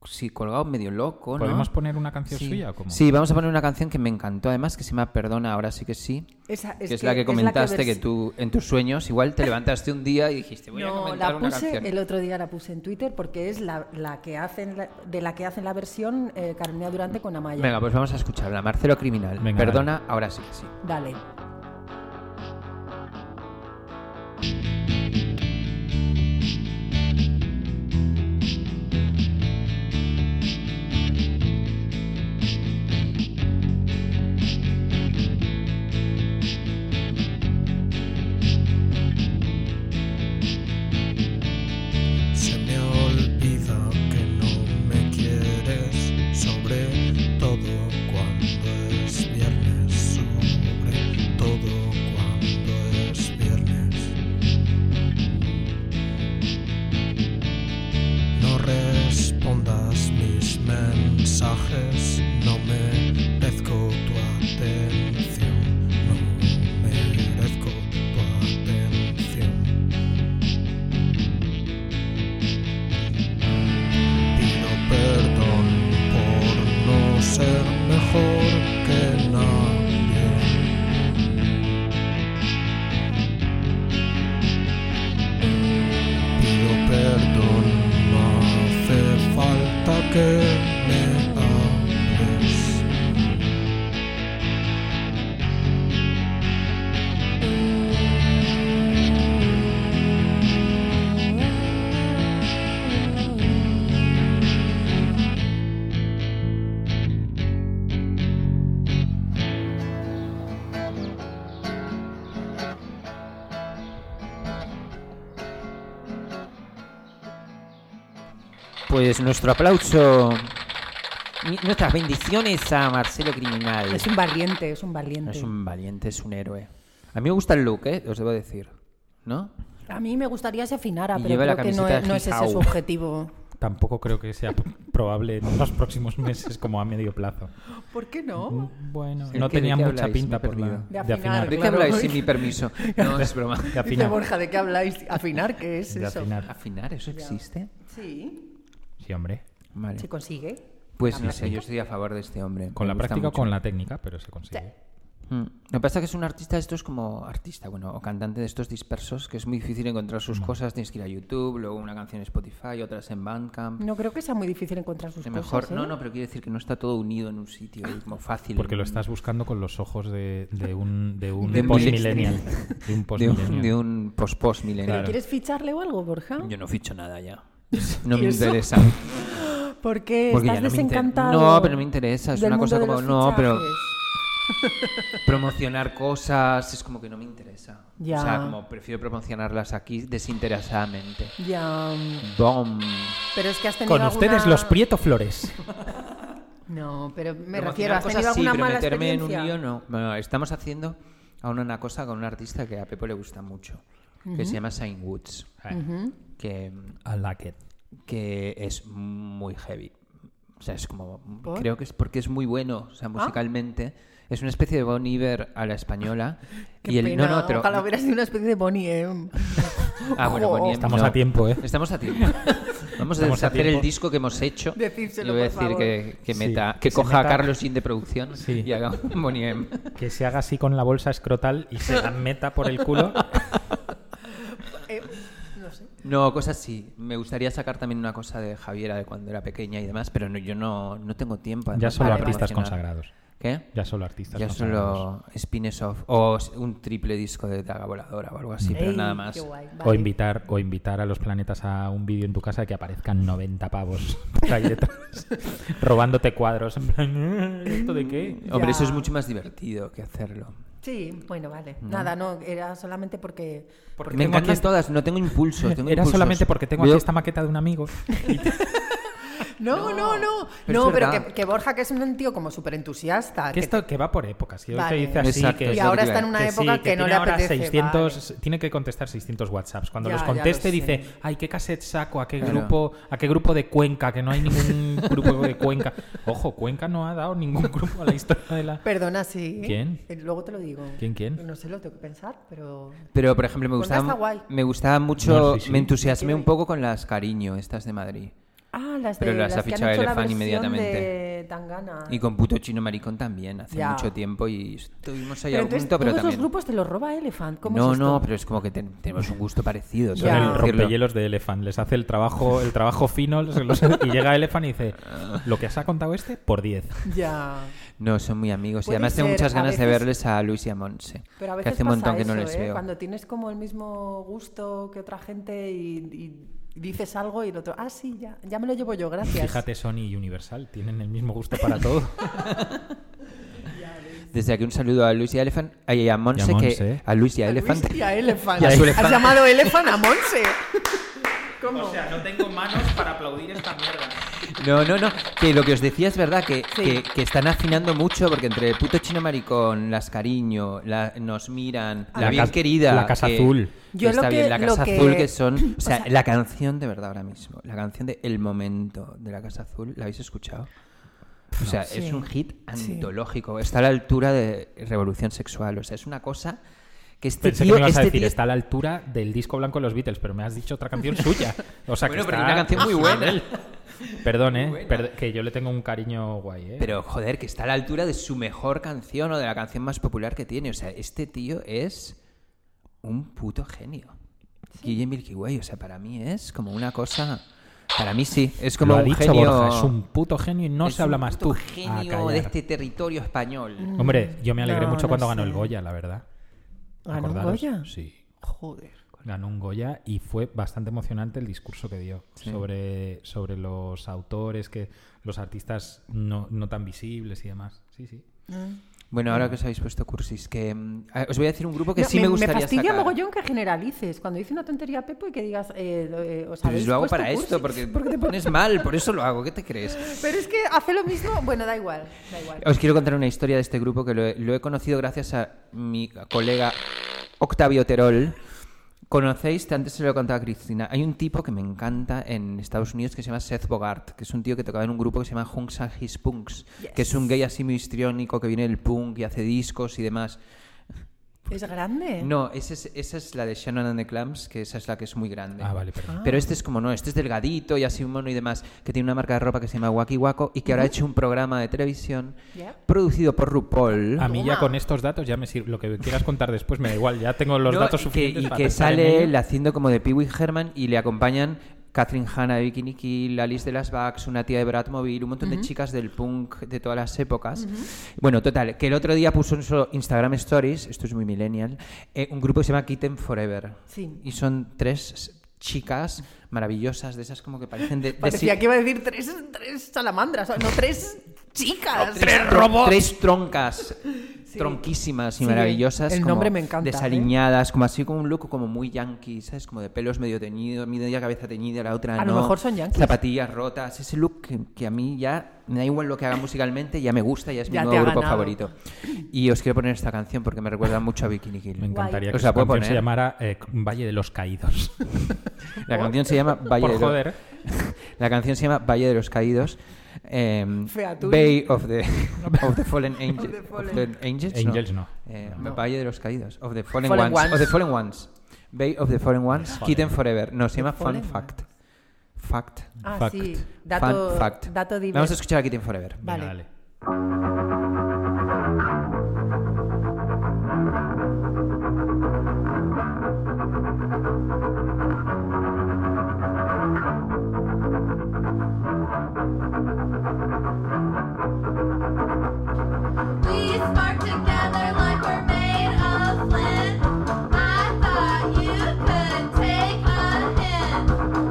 C: sí, colgado medio loco, ¿no?
E: ¿Podemos poner una canción
C: sí.
E: suya? o cómo?
C: sí, vamos a poner una canción que me encantó además, que se llama Perdona, ahora sí que sí.
D: Esa-
C: que es la que comentaste que,
D: vers-
C: tú en tus sueños igual te levantaste un día y dijiste voy a
D: No,
C: comentar
D: la
C: una
D: puse,
C: canción.
D: el otro día la puse en Twitter porque es la, la que hacen la- de la que hacen la versión eh, Carolina Durante con Amaya.
C: Venga, pues vamos a escucharla. Marcelo Criminal.
E: Venga,
C: Perdona, ahora sí que sí.
D: Dale.
C: Pues nuestro aplauso, ni- nuestras bendiciones a Marcelo Criminal.
D: Es un valiente, es un valiente.
C: Es un valiente, es un héroe. A mí me gusta el look, ¿eh? Os debo decir. ¿No?
D: A mí me gustaría se afinara,
C: Y
D: pero
C: lleva la
D: creo que no
C: camiseta
D: es, no es ese
C: Gijau.
D: su objetivo.
E: Tampoco creo que sea <laughs> probable en los próximos meses como a medio plazo.
D: ¿Por qué
C: Mm.
D: no?
E: Bueno,
C: ¿De
E: no
C: qué- de
E: tenía
C: qué
E: mucha
C: habláis?
E: pinta,
C: Me he
E: perdido.
C: perdido.
D: De afinar.
C: ¿De qué
D: Ah, Claro.
C: habláis sin
D: <laughs>
C: mi permiso? No, es broma.
E: <laughs> De
D: Dice
E: afinar.
D: Borja, ¿de qué habláis? ¿Afinar qué es
E: De
D: eso?
C: <laughs>
E: afinar.
C: ¿Afinar? ¿Eso existe?
D: Sí.
E: Sí, hombre.
C: Vale.
D: ¿Se consigue?
C: Pues no sé, yo estoy a favor de este hombre.
E: Con
C: Me
E: la
C: gusta
E: práctica o
C: mucho.
E: con la técnica, pero se consigue.
C: Mm. Lo que pasa es que es un artista de estos como artista, bueno, o cantante de estos dispersos, que es muy difícil encontrar sus
E: Hmm.
C: cosas, tienes que ir a YouTube, luego una canción en Spotify, otras en Bandcamp.
D: No creo que sea muy difícil encontrar sus
C: A lo
D: cosas,
C: mejor,
D: ¿eh? Ah.
C: no, no, pero quiero decir que no está todo unido en un sitio y como fácil.
E: Porque lo estás buscando con los ojos de, de un, de un
C: De un
E: post-millennial. De un
C: <laughs> de un,
E: post-millennial.
C: de un post-post
D: ¿Pero
C: milenario.
D: quieres ficharle o algo, Borja?
C: Yo no ficho nada ya. <laughs> No me
D: ¿Y eso?
C: interesa.
D: ¿Por qué
C: Porque
D: estás
C: ya no me inter-
D: desencantado?
C: No, pero me interesa, es
D: del
C: una
D: mundo
C: cosa
D: de
C: como-
D: los
C: no, pero-
D: fichajes?
C: Promocionar cosas es como que no me interesa.
D: Ya.
C: O sea, como prefiero promocionarlas aquí desinteresadamente.
D: Ya...
C: Bom.
D: Pero es que has tenido
E: Con ustedes
D: alguna-
E: los Prieto
C: <laughs>
E: Flores.
D: No, pero me
C: Promocionar
D: refiero, ¿has
C: cosas
D: tenido
C: sí,
D: alguna
C: pero
D: mala
C: meterme en un
D: experiencia?
C: lío no. Bueno, estamos haciendo aún una cosa con un artista que a Pepo le gusta mucho, que se llama Saint Woods, que,
E: I like it.
C: que es muy heavy. O sea, es como...
D: ¿Por? Ah.
C: Creo que es porque es muy bueno, o sea, musicalmente. Es una especie de Bon Iver a la española.
D: <laughs> Qué
C: y el,
D: pena,
C: no, no, pero...
D: ojalá hubiera sido una especie de Bonnie ¿eh? M.
C: Ah, bueno,
D: Jo.
C: Bonnie M,
E: Estamos
C: no.
E: a tiempo, ¿eh?
C: Estamos
E: <laughs>
C: a tiempo. Vamos a
E: Estamos a
C: deshacer el
E: tiempo.
C: disco que hemos hecho.
D: Decírselo,
C: Le voy a
D: por
C: decir
D: favor.
C: que, que
E: Sí,
C: meta,
E: que
C: que,
E: se
C: coja
E: meta-
C: a Carlos Sin de producción
E: Sí.
C: y haga un Boniem.
E: Que se haga así con la bolsa escrotal y se la meta por el
C: <laughs>
E: culo.
D: Eh, no sé.
C: No, cosas así. Me gustaría sacar también una cosa de Javiera de cuando era pequeña y demás, pero no, yo no, no tengo tiempo.
E: Ya
C: además,
E: solo
C: para
E: artistas
C: promocionar.
E: consagrados.
C: ¿Qué?
E: Ya solo artistas
C: Ya
E: consagrados.
C: solo spin-offs o s- un triple disco de Daga Voladora o algo así, pero
D: Ey,
C: nada más.
D: Eh, qué guay,
E: O
D: vale.
E: invitar, o invitar a los planetas a un vídeo en tu casa que aparezcan 90 pavos <laughs> por ahí detrás, <laughs> robándote cuadros. En plan, "Eh, ¿esto de qué?
C: Hombre,
D: Ya.
C: eso es mucho más divertido que hacerlo.
D: Sí, bueno, vale. Nada, no, era solamente porque...
C: me
E: tengo
C: encantan
E: aquí-
C: todas, no tengo impulso. Tengo
E: Era
C: impulsos.
E: solamente porque tengo aquí
C: Veo-
E: esta maqueta de un amigo.
D: No, no, no.
C: pero
D: no,
C: es
D: pero
C: verdad.
D: que, que Borja, que es un tío como súper entusiasta.
E: Que esto que va por épocas. Si hoy
D: Vale.
E: te dice así
C: Exacto,
E: que...
C: es
D: y
C: lo
D: ahora
C: que te iba
D: está
C: a
D: en una
E: que sí,
D: época que,
E: que
D: no
E: tiene
D: le
E: ahora
D: apetece.
E: 600,
D: vale.
E: tiene que contestar 600 WhatsApps. Cuando
D: Ya,
E: los
D: ya lo
E: conteste
D: sé.
E: dice, "Ay, qué cassette saco, a qué
C: Claro.
E: grupo, a qué grupo de Cuenca, que no hay ningún <laughs> grupo de Cuenca." Ojo, Cuenca no ha dado ningún <laughs> grupo a la historia de la
D: Perdona, sí.
E: ¿Quién?
D: Eh, Luego te lo digo.
E: ¿Quién, quién?
D: No sé, lo tengo que pensar, pero...
C: Pero, por ejemplo, me
D: Cuenca Pues está
C: gustaba,
D: guay.
C: me gustaba mucho,
E: No, sí, sí.
C: me entusiasmé un poco con las Cariño, estas de Madrid.
D: Ah, las de,
C: Pero las ha
D: que han
C: fichado
D: hecho la
C: Elefant
D: versión
C: inmediatamente.
D: de Tangana.
C: Y con Puto Chino Maricón también, hace
D: Ah. Ya.
C: mucho tiempo y estuvimos ahí
D: pero
C: al
D: entonces,
C: punto, pero
D: todos
C: también...
D: los grupos te los roba Elefant. ¿Cómo
C: no,
D: es esto?
C: no, pero es como que ten- tenemos un gusto parecido.
E: Son
D: Ya.
E: el
C: tengo que decirlo.
E: rompehielos de Elephant. Les hace el trabajo, el trabajo fino los- los- y llega Elephant y dice, lo que se ha contado este, por 10.
D: Ya.
C: No, son muy amigos. Y
D: Puede
C: además tengo
D: ser,
C: muchas
D: a
C: ganas de
D: veces-
C: verles a Luis y a Monse.
D: Pero a
C: que
D: veces
C: hace un
D: pasa
C: montón que no
D: eso,
C: les
D: ¿eh?
C: veo.
D: Cuando tienes como el mismo gusto que otra gente y, y dices algo y el otro, ah, sí, ya, ya me lo llevo yo, gracias. Este
E: Fíjate, Sony y Universal tienen el mismo gusto
D: <laughs>
E: para todo.
C: Desde aquí un saludo a Luis y a Elefant, ay, y a Monse, que
E: Monse.
C: a Luis y a
D: A Luis
C: Elefant.
D: y a Elephant.
C: Y a su elefante.
D: Has llamado Elephant a Monse. ¿Cómo?
E: no tengo manos para aplaudir esta mierda.
C: No, no, no. Que lo que os decía es verdad, que,
D: Sí.
C: que, que están afinando mucho, porque entre el puto chino maricón, las cariño, la- nos miran, la,
E: La
C: bien
E: Cas-
C: querida.
E: La Casa
C: que-
E: Azul.
C: que
D: Yo lo
C: está
D: que-
C: bien, la
D: lo
C: Casa
D: que-
C: Azul, que son. O sea, la canción de verdad ahora mismo, la canción de El Momento de la Casa Azul, ¿la habéis escuchado? O sea, es un hit antológico, está a la altura de Revolución Sexual, o sea, es una cosa que este
E: Pensé
C: tío...
E: que me ibas a
C: este
E: decir,
C: tío-
E: está a la altura del disco blanco de los Beatles, pero me has dicho otra canción suya. O sea,
C: Bueno,
E: que
C: pero
E: está
C: una canción muy
E: a su
D: Ah,
C: buena.
E: nivel. Perdón, ¿eh? Perd- que yo le tengo un cariño guay, ¿eh?
C: Pero joder, que está a la altura de su mejor canción o de la canción más popular que tiene. O sea, este tío es un puto genio. Guille Milky Way, o sea, para mí es como una cosa. Para mí sí, es como
E: Lo ha
C: un
E: dicho
C: genio.
E: Borja, es un puto genio y no
C: es
E: se habla
C: un
E: más
C: puto
E: tú. A
C: genio
E: callar.
C: de este territorio
D: Mm.
C: español.
E: Hombre, yo me alegré
D: No,
E: mucho
D: no
E: cuando ganó el
D: sé.
E: Goya, la verdad.
D: ¿Ganó un
E: Acordaros.
D: Goya?
E: Sí.
D: Joder.
E: Ganó un Goya y fue bastante emocionante el discurso que dio sobre, sobre los autores, que los artistas no, no tan visibles y demás. Sí, sí.
C: Bueno, ahora que os habéis puesto cursis, que mm, a- os voy a decir un grupo que
D: No,
C: sí me, gustaría
D: fastidia
C: sacar.
D: mogollón que generalices. Cuando dice una tontería Pepo y que digas, eh, lo, eh, os habéis
C: Pero si Pues lo hago
D: puesto
C: para
D: cursis.
C: esto, porque, porque te pones mal, por eso lo hago, ¿qué te crees?
D: Pero es que hace lo mismo. Bueno, da igual, da igual.
C: Os quiero contar una historia de este grupo que lo he, lo he conocido gracias a mi colega Octavio Terol. Conocéis, antes se lo he contado a Cristina, hay un tipo que me encanta en Estados Unidos que se llama Seth Bogart, que es un tío que tocaba en un grupo que se llama Hunks and His Punks, que es un gay así muy histriónico que viene del punk y hace discos y demás.
D: Es grande.
C: No, esa es, esa es la de Shannon and the Clams, que esa es la que es muy grande.
E: Ah, vale, perdón.
C: Pero este es como no, este es delgadito y así un mono y demás, que tiene una marca de ropa que se llama Waki Wako y que ahora ha hecho un programa de televisión
D: Ya.
C: producido por RuPaul.
E: A mí ya
D: Toma.
E: con estos datos ya me sirve. Lo que quieras contar después me da igual, ya tengo los
C: No,
E: datos
C: y que,
E: suficientes.
C: y
E: para
C: que
E: pensar en
C: sale
E: ello.
C: él haciendo como de Pee Wee Herman y le acompañan Catherine Hanna de Bikini Kill, Alice de las Vax, una tía de Bradmobile, un montón de chicas del punk de todas las épocas. Bueno, total, que el otro día puso en su Instagram Stories, esto es muy millennial, eh, un grupo que se llama Kitten Forever.
D: Sí.
C: Y son tres chicas maravillosas, de esas como que parecen de... de
D: Parecía
C: si-
D: que iba a decir tres, tres salamandras, no tres chicas.
C: tres, tron-
D: <laughs>
C: tres troncas. Tronquísimas y
D: Sí,
C: maravillosas.
D: el
C: como
D: nombre me encanta, ¿eh?
C: Desaliñadas, como así con un look como muy yankee, ¿sabes? Como de pelos medio teñidos, media cabeza teñida, la otra
D: A
C: no.
D: lo mejor son yankees.
C: Zapatillas rotas. Ese look que, que a mí ya me da igual lo que haga musicalmente, ya me gusta, ya es
D: Ya
C: mi
D: te
C: nuevo
D: ha
C: grupo
D: ganado.
C: favorito. Y os quiero poner esta canción porque me recuerda mucho a Bikini Kill.
E: Me encantaría
C: Guay.
E: que
C: Os la
E: esa
C: puedo
E: canción se
C: poner.
E: llamara eh, Valle de los Caídos.
C: La canción se llama <laughs> Valle de
E: Por
C: los-
E: joder.
C: La canción se llama Valle de los Caídos. em,
D: Featur.
C: Bay
D: <laughs>
C: of the, of the Fallen Angels.
D: the fallen.
C: Angels,
E: Angels no.
C: Eh, Valle de los Caídos. Of the Fallen,
D: Fallen
C: ones.
D: Ones.
C: Of the Fallen Ones. Bay of the Fallen Ones.
E: Joder.
C: Kitten Forever. No, se llama Fun
D: Fallen
C: Fact. Fact.
D: Ah,
E: Fact.
D: sí. Dato,
C: Fun Fact.
D: dato diverso.
C: Vamos a escuchar a Kitten Forever.
D: Vale.
E: Venga, dale.
F: We spark together like we're made of flint. I thought you could take a hint.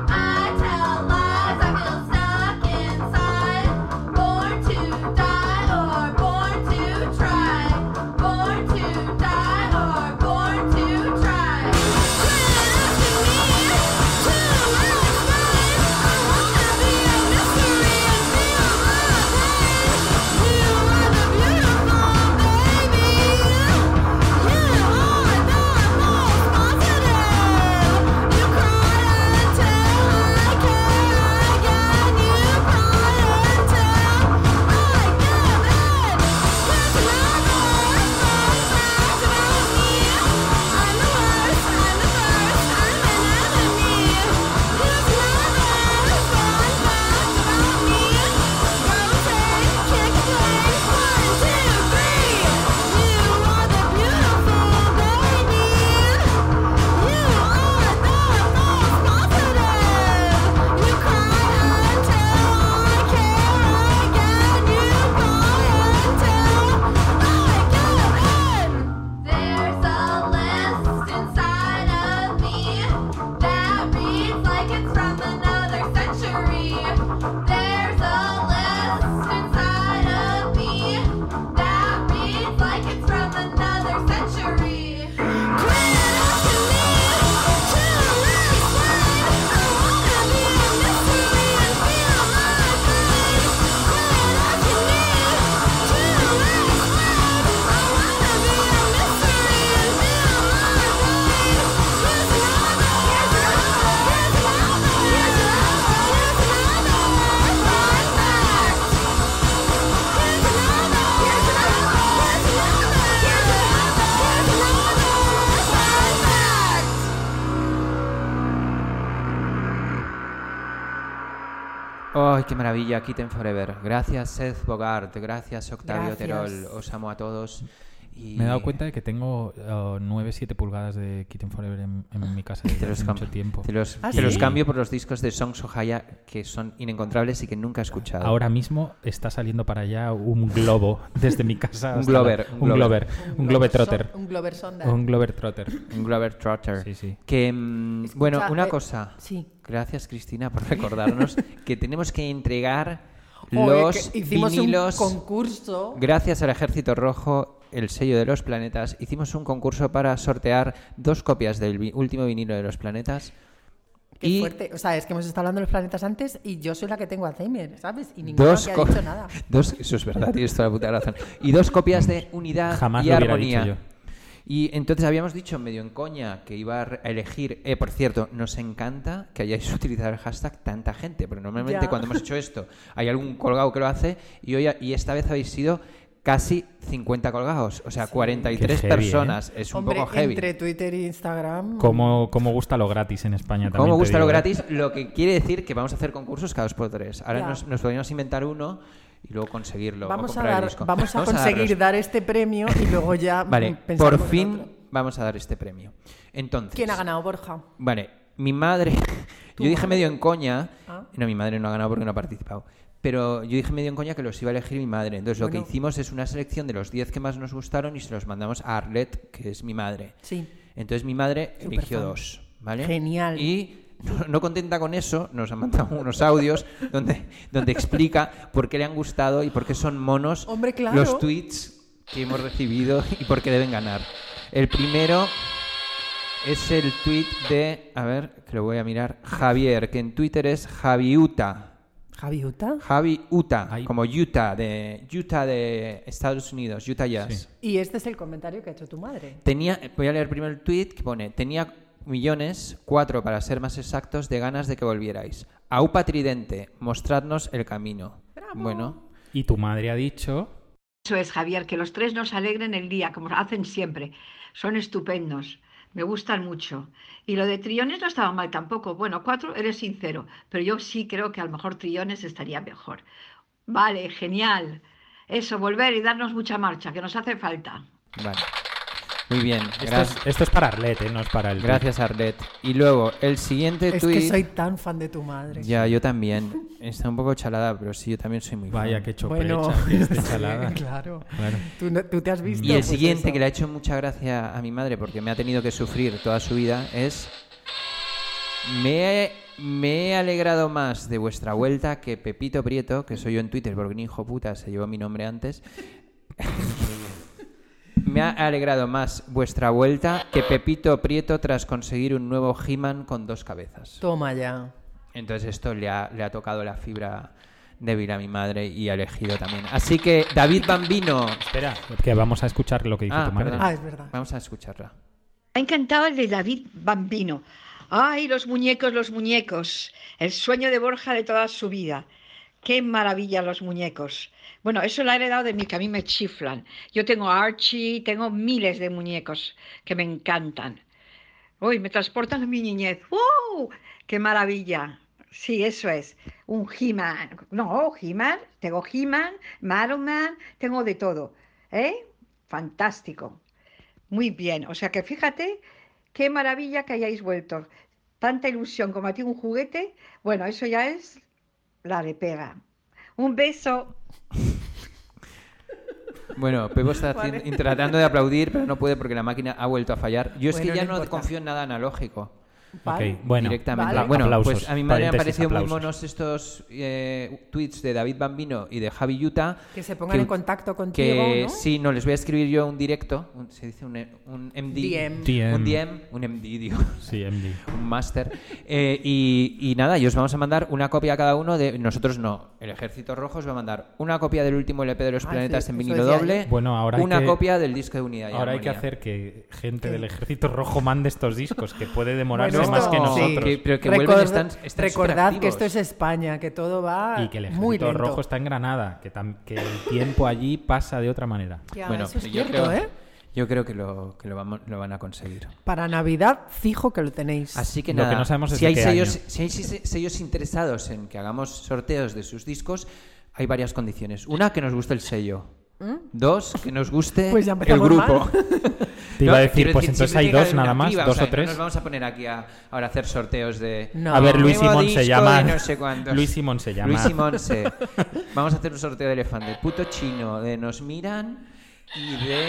F: I tell lies, I feel stuck inside. Born to die or born to try. Born to die or born to try. There's a list inside of me that reads like it's from another century. There's a list inside of me that reads like it's from another century. Quit up to me to I wanna be a mystery and feel my face. Quit up to me to I wanna be a mystery and feel my face. Here's another, here's another, here's another, here's another, here's another fun fact.
C: ¡Ay, qué maravilla! Kitten Forever. Gracias, Seth Bogart. Gracias, Octavio
D: Gracias.
C: Terol. Os amo a todos. Y
E: Me he dado cuenta de que tengo 9-7 pulgadas de Kitten Forever en, en mi casa
C: <laughs> Te
E: desde
C: los,
E: hace
C: cam-
E: mucho tiempo.
C: te los-
D: ¿Ah,
C: te los
D: sí?
C: cambio por los discos de Song Sohaya que son inencontrables y que nunca he escuchado.
E: Ahora mismo está saliendo para allá un globo <laughs> desde mi casa.
C: Un
E: hasta
C: glober,
E: la-
C: un
E: Un
C: glober.
E: glober. Un globe trotter.
D: Un Glover Sonda.
E: Un glober trotter.
C: Un Glover Trotter.
E: Sí, sí.
C: Que, mm,
D: Escucha,
C: bueno, una
D: eh,
C: cosa.
D: sí. <laughs>
C: Gracias, Cristina, por recordarnos que tenemos que entregar
D: Joder,
C: los
D: que hicimos
C: vinilos.
D: un concurso.
C: Gracias al Ejército Rojo, el sello de los planetas, hicimos un concurso para sortear dos copias del vi- último vinilo de los planetas.
D: Qué
C: y
D: fuerte. O sea, es que hemos estado hablando de los planetas antes y yo soy la que tengo Alzheimer, ¿sabes? Y ninguno
C: dos,
D: aquí ha
C: co-
D: dicho nada.
C: <laughs> dos eso es verdad, tienes toda la puta razón. Y dos copias de unidad
E: Jamás
C: y
E: lo hubiera
C: armonía.
E: dicho yo.
C: Y entonces habíamos dicho medio en coña que iba a re- a elegir, eh, por cierto, nos encanta que hayáis <laughs> utilizado el hashtag tanta gente, porque normalmente
D: Ya.
C: cuando hemos hecho esto hay algún colgado que lo hace y hoy a- y esta vez habéis sido casi 50 colgados, o sea, 43
E: Qué heavy, ¿eh?
C: personas, es un
D: Hombre,
C: poco heavy.
D: entre Twitter e Instagram.
E: ¿Cómo, cómo gusta lo gratis en España también?
C: Como me
E: te
C: gusta lo
E: digo, ¿eh?
C: gratis, lo que quiere decir que vamos a hacer concursos cada dos por tres. Ahora
D: Ya.
C: nos, nos podríamos inventar uno y luego conseguirlo. o
D: Vamos a,
C: comprar el
D: dar,
C: disco.
D: vamos a
C: darlos.
D: conseguir dar este premio y luego ya
C: <laughs> Vale,
D: mm, pensamos
C: por
D: en
C: fin
D: otro.
C: vamos a dar este premio. Entonces,
D: ¿Quién ha ganado, Borja?
C: Vale,
D: <laughs>
C: mi madre. Yo dije medio en coña.
D: Ah.
C: No, mi madre no ha ganado porque no ha participado. Pero yo dije medio en coña que los iba a elegir mi madre. Entonces lo
D: Bueno.
C: que hicimos es una selección de los 10 que más nos gustaron y se los mandamos a Arlet, que es mi madre.
D: Sí.
C: Entonces mi madre
D: Superfan.
C: eligió dos, ¿vale?
D: Genial.
C: Y no, no contenta con eso, nos ha mandado <laughs> unos audios donde, donde explica por qué le han gustado y por qué son monos
D: Hombre, claro.
C: los tweets que hemos recibido y por qué deben ganar. El primero es el tweet de, a ver, que lo voy a mirar, Javier, que en Twitter es Javiuta.
D: Javi Uta.
C: Javi Uta,
E: Ay.
C: como Utah de Utah de Estados Unidos, Utah Jazz.
E: Sí.
D: Y este es el comentario que ha hecho tu madre.
C: Tenía, voy a leer primero el tweet que pone, tenía millones, cuatro para ser más exactos, de ganas de que volvierais. Aupa Tridente, mostradnos el camino. Bueno,
E: Y tu madre ha dicho
G: Eso es, Javier, que los tres nos alegren el día, como hacen siempre. Son estupendos, me gustan mucho. Y lo de Triones no estaba mal tampoco. Bueno, cuatro, eres sincero, pero yo sí creo que a lo mejor Triones estaría mejor. Vale, genial. Eso, volver y darnos mucha marcha, que nos hace falta.
C: vale. Muy bien,
E: Esto
C: gracias.
E: es, esto es para Arlet, ¿eh? no es para el.
C: Gracias, Arlet. Y luego, el siguiente
D: Es
C: tuit.
D: que soy tan fan de tu madre.
C: Ya, yo también. Está un poco chalada, pero sí, yo también soy muy fan.
E: Vaya, qué chopecha,
D: Bueno, <laughs>
E: que esté
D: sí,
E: chalada.
D: claro.
E: Claro.
D: Tú, no- tú te has visto.
C: Y el
D: pues,
C: siguiente,
D: eso.
C: que le ha hecho mucha gracia a mi madre porque me ha tenido que sufrir toda su vida, es... Me he, me he alegrado más de vuestra vuelta que Pepito Prieto, que soy yo en Twitter porque ni hijo puta se llevó mi nombre antes. <laughs> me ha alegrado más vuestra vuelta que Pepito Prieto tras conseguir un nuevo He-Man con dos cabezas.
D: Toma ya.
C: Entonces esto le ha, le ha tocado la fibra débil a mi madre y ha elegido también. Así que David Bambino.
E: Espera, que vamos a escuchar lo que dijo
C: Ah,
E: tu madre.
C: perdón.
D: Ah, es verdad.
C: Vamos a escucharla.
G: Me ha encantado el de David Bambino. ¡Ay, los muñecos, los muñecos! El sueño de Borja de toda su vida. ¡Qué maravilla los muñecos! Bueno, eso lo he heredado de mí, que a mí me chiflan. Yo tengo a Archie, tengo miles de muñecos que me encantan. ¡Uy, me transportan a mi niñez! ¡Wow! ¡Qué maravilla! Sí, eso es. Un He-Man. No, He-Man. Tengo He-Man, Marvel Man, tengo de todo. ¿Eh? Fantástico. Muy bien, o sea que fíjate qué maravilla que hayáis vuelto. Tanta ilusión como a ti un juguete, bueno, eso ya es la de pega. Un beso.
C: Bueno,
D: <laughs>
C: Pepo está haciendo- tratando de aplaudir, pero no puede porque la máquina ha vuelto a fallar. Yo es
D: Bueno,
C: que ya
D: no
C: no
D: importa.
C: confío en nada analógico.
D: Vale.
E: Ok, bueno,
C: directamente.
D: Vale.
C: Bueno,
E: Aplausos,
C: pues a mi madre me han
E: paréntesis,
C: parecido muy
E: aplausos.
C: monos estos eh, tweets de David Bambino y de Javi Yuta.
D: Que se pongan en contacto contigo,
C: Que
D: ¿no?
C: sí, no, les voy a escribir yo un directo. un- se dice un, un MD.
D: DM.
E: DM.
C: Un DM. Un MD, digo.
E: Sí, MD.
C: un máster. Eh, y, y nada, y os vamos a mandar una copia a cada uno de. Nosotros no. El Ejército Rojo os va a mandar una copia del último LP de los
D: Ah,
C: planetas
D: sí,
C: en
D: eso
C: vinilo
D: decía
C: doble.
D: yo.
E: Bueno, ahora hay
C: una
E: que-
C: copia del disco de unidad. y
E: Ahora hay que
C: Armonía.
E: hacer que gente del Ejército Rojo mande estos discos, que puede demorarse
D: Bueno,
E: más
D: esto-
E: que
D: sí.
E: nosotros.
C: Que- pero que vuelven,
D: Record-
C: están- están
D: recordad que
C: superactivos.
D: esto es España, que todo va
E: Y que el
D: Ah, muy
E: Ejército
D: lento.
E: Rojo está en Granada, que, tam- que el tiempo allí pasa de otra manera.
D: Ya,
C: Bueno,
D: eso es
C: yo
D: cierto,
C: creo,
D: ¿eh?
C: Yo creo que lo, que lo, vamos, lo van a conseguir.
D: Para Navidad, fijo que lo tenéis.
C: Así que
E: Lo
C: nada,
E: que no sabemos es
C: si,
E: de
C: hay
E: qué
C: sellos,
E: año.
C: si hay se- sellos interesados en que hagamos sorteos de sus discos, hay varias condiciones. Una, que nos guste el sello. Dos, que nos guste
D: ¿Mm? Pues ya
C: el
D: empezamos
C: grupo.
D: mal.
E: Te
C: No,
E: iba a decir,
C: quiero
E: pues entonces
C: siempre
E: hay
C: tiene que
E: dos
C: haber una
E: nada más,
C: criba,
E: dos
C: sea,
E: o tres.
C: No nos vamos a poner aquí a, ahora a hacer sorteos de.
D: No.
E: A ver, Luis
C: Nuevo
E: Simón se
C: disco
E: llama.
C: de no sé cuántos.
E: Luis Simón se llama.
C: Luis Simón se. Vamos a hacer un sorteo de elefante. Puto chino de Nos Miran y de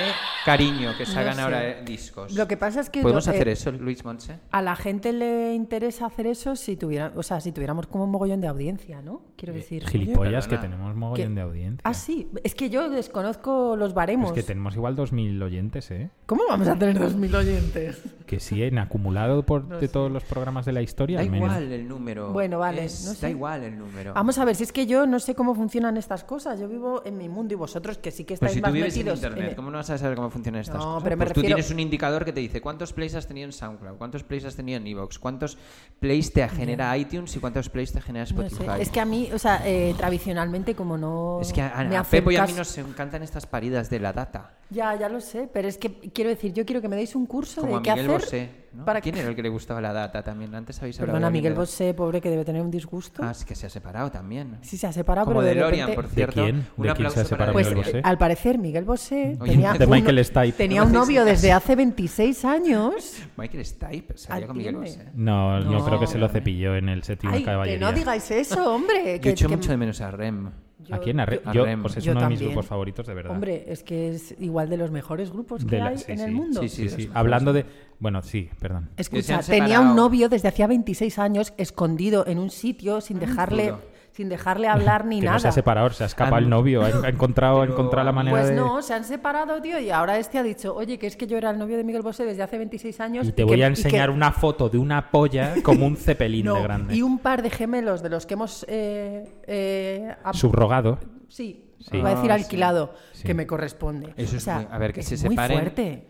C: Cariño, que sacan
D: sé.
C: ahora eh, discos.
D: Lo que pasa es que
C: ¿Podemos
D: yo, eh,
C: hacer eso, Luis Monse?
D: a la gente le interesa hacer eso si tuviera, o sea, si tuviéramos como un mogollón de audiencia, ¿no? Quiero
C: Eh,
D: decir.
E: Gilipollas que
C: perdona.
E: tenemos mogollón
D: ¿Qué?
E: de audiencia.
D: Ah, sí. Es que yo desconozco los baremos.
E: Es que tenemos igual 2.000 oyentes, ¿eh?
D: ¿Cómo vamos a tener 2.000 oyentes?
E: Que sí, en acumulado por
D: No
E: de
D: sé.
E: todos los programas de la historia,
C: Da
E: al menos.
C: igual el número.
D: Bueno, vale,
C: Es-
D: no
C: Da
D: sé.
C: igual el número.
D: Vamos a ver, si es que yo no sé cómo funcionan estas cosas. Yo vivo en mi mundo y vosotros que sí que
C: Pero
D: estáis
C: Pues si tú
D: más
C: vives en
D: metidos.
C: internet,
D: en-
C: ¿cómo no vas a saber cómo funcionan estas
D: No,
C: cosas?
D: pero me
C: Pues tú
D: refiero-
C: tienes un indicador que te dice cuántos plays has tenido en SoundCloud, cuántos plays has tenido en Evox, cuántos plays te genera iTunes y cuántos plays te genera
D: no
C: Spotify.
D: sé. Es que a mí, o sea, eh, tradicionalmente como no...
C: Es que a, a-
D: me
C: a
D: hacen
C: Pepo y a mí
D: caso-
C: nos encantan estas paridas de la data.
D: Ya, ya lo sé, pero es que quiero decir, yo quiero que me deis un curso
C: Como a
D: de qué
C: Miguel
D: hacer...
C: Bosé. ¿no?
D: para
C: ¿Quién
D: que...
C: era el que le gustaba la data también? Antes habéis hablado
D: Perdona,
C: de
D: Miguel
C: Miguel
D: Bosé, pobre, que debe tener un disgusto.
C: Ah, es que se ha separado también.
D: Sí, se ha separado,
C: Como
D: pero de
C: DeLorean,
D: repente-
C: por cierto.
E: quién? ¿De
C: Un
E: quién se
C: aplauso
E: ha separado
C: para
D: Pues
E: Miguel Bosé?
C: DeLorean.
D: eh, al parecer Miguel Bosé
C: Oye,
D: tenía,
E: de
D: un-
E: Michael Stipe.
D: tenía
C: No
D: un
C: me
D: novio
C: haces
D: desde
C: caso.
D: hace 26 años.
C: Michael Stipe salió con Miguel
D: Atiende.
C: Bosé.
E: No, no,
D: No,
E: creo que se lo
C: espérame.
E: cepilló en el séptimo
D: Ay, que
E: caballería.
D: no digáis eso, hombre.
C: Yo
D: que-
C: echo
D: que-
C: mucho de menos a Rem.
E: ¿A quién? A Re-
C: yo-
E: yo,
C: a Rem.
E: pues es
D: Yo
E: uno de mis
D: también.
E: grupos favoritos, de verdad.
D: Hombre, es que es igual de los mejores grupos que
E: De la-
D: hay
E: sí,
D: en
E: sí,
D: el mundo.
C: Sí, sí,
E: Sí,
C: de
E: sí.
C: los mejores.
E: Hablando de... Bueno, sí, perdón.
C: Que se
D: Escucha,
C: han
D: tenía
C: separado.
D: un novio desde hacía 26 años escondido en un sitio
C: Ah,
D: sin dejarle,
C: Juro.
D: sin dejarle hablar ni
E: <laughs> que
D: nada.
E: no se ha separado, se ha escapado
C: Ah,
E: el
C: no.
E: novio, ha ha encontrado, ha
C: Pero-
E: encontrado la manera
D: pues
E: de...
D: no, se han separado, tío, y ahora este ha dicho, oye, que es que yo era el novio de Miguel Bosé desde hace 26 años.
E: Y te
D: que-
E: voy a
D: y que-
E: enseñar una foto de una
D: <laughs>
E: polla como un cepelín
D: No,
E: de grande.
D: Y un par de gemelos de los que hemos... eh, eh, ap-
E: Subrogado.
D: Sí,
E: Sí.
D: iba a decir
C: Ah,
D: alquilado,
E: sí.
D: que
E: Sí.
D: me corresponde.
C: Eso es
D: O sea,
C: muy- a ver, que
D: es
C: se
D: muy
C: separen.
D: fuerte.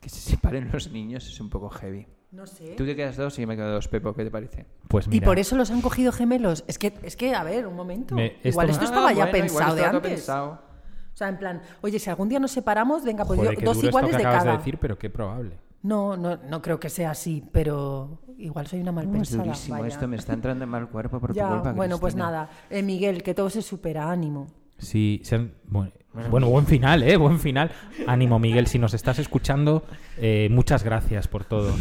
C: Que se separen los niños es un poco heavy.
D: No sé.
C: Tú te quedas dos y yo me quedo dos, Pepo, ¿qué te parece?
E: Pues
D: Y
E: mira,
D: por eso los han cogido gemelos. Es que, es que a ver, un momento.
E: Me- esto
D: igual
E: me-
D: esto
E: Ah,
D: estaba ya
C: bueno, igual
D: pensado de
C: estaba todo
D: antes.
C: pensado.
D: O sea, en plan, oye, si algún día nos separamos, venga, pues
E: joder,
D: yo-
E: qué
D: dos
E: duro esto
D: iguales
E: que
D: de
E: acabas
D: cada.
E: de decir, pero qué probable.
D: No, no, no creo que sea así, pero igual soy una mal
C: Uh, es
D: pensada.
C: durísimo
D: Pues vaya.
C: esto, me está entrando en mal cuerpo por
D: Ya,
C: tu culpa.
D: bueno, pues
C: Cristina.
D: nada. Eh, Miguel, que todo se supera, ánimo.
E: Sí, se han- bueno, bueno, buen final, ¿eh? Buen final. Ánimo, Miguel, si nos estás escuchando, eh, muchas gracias por todo.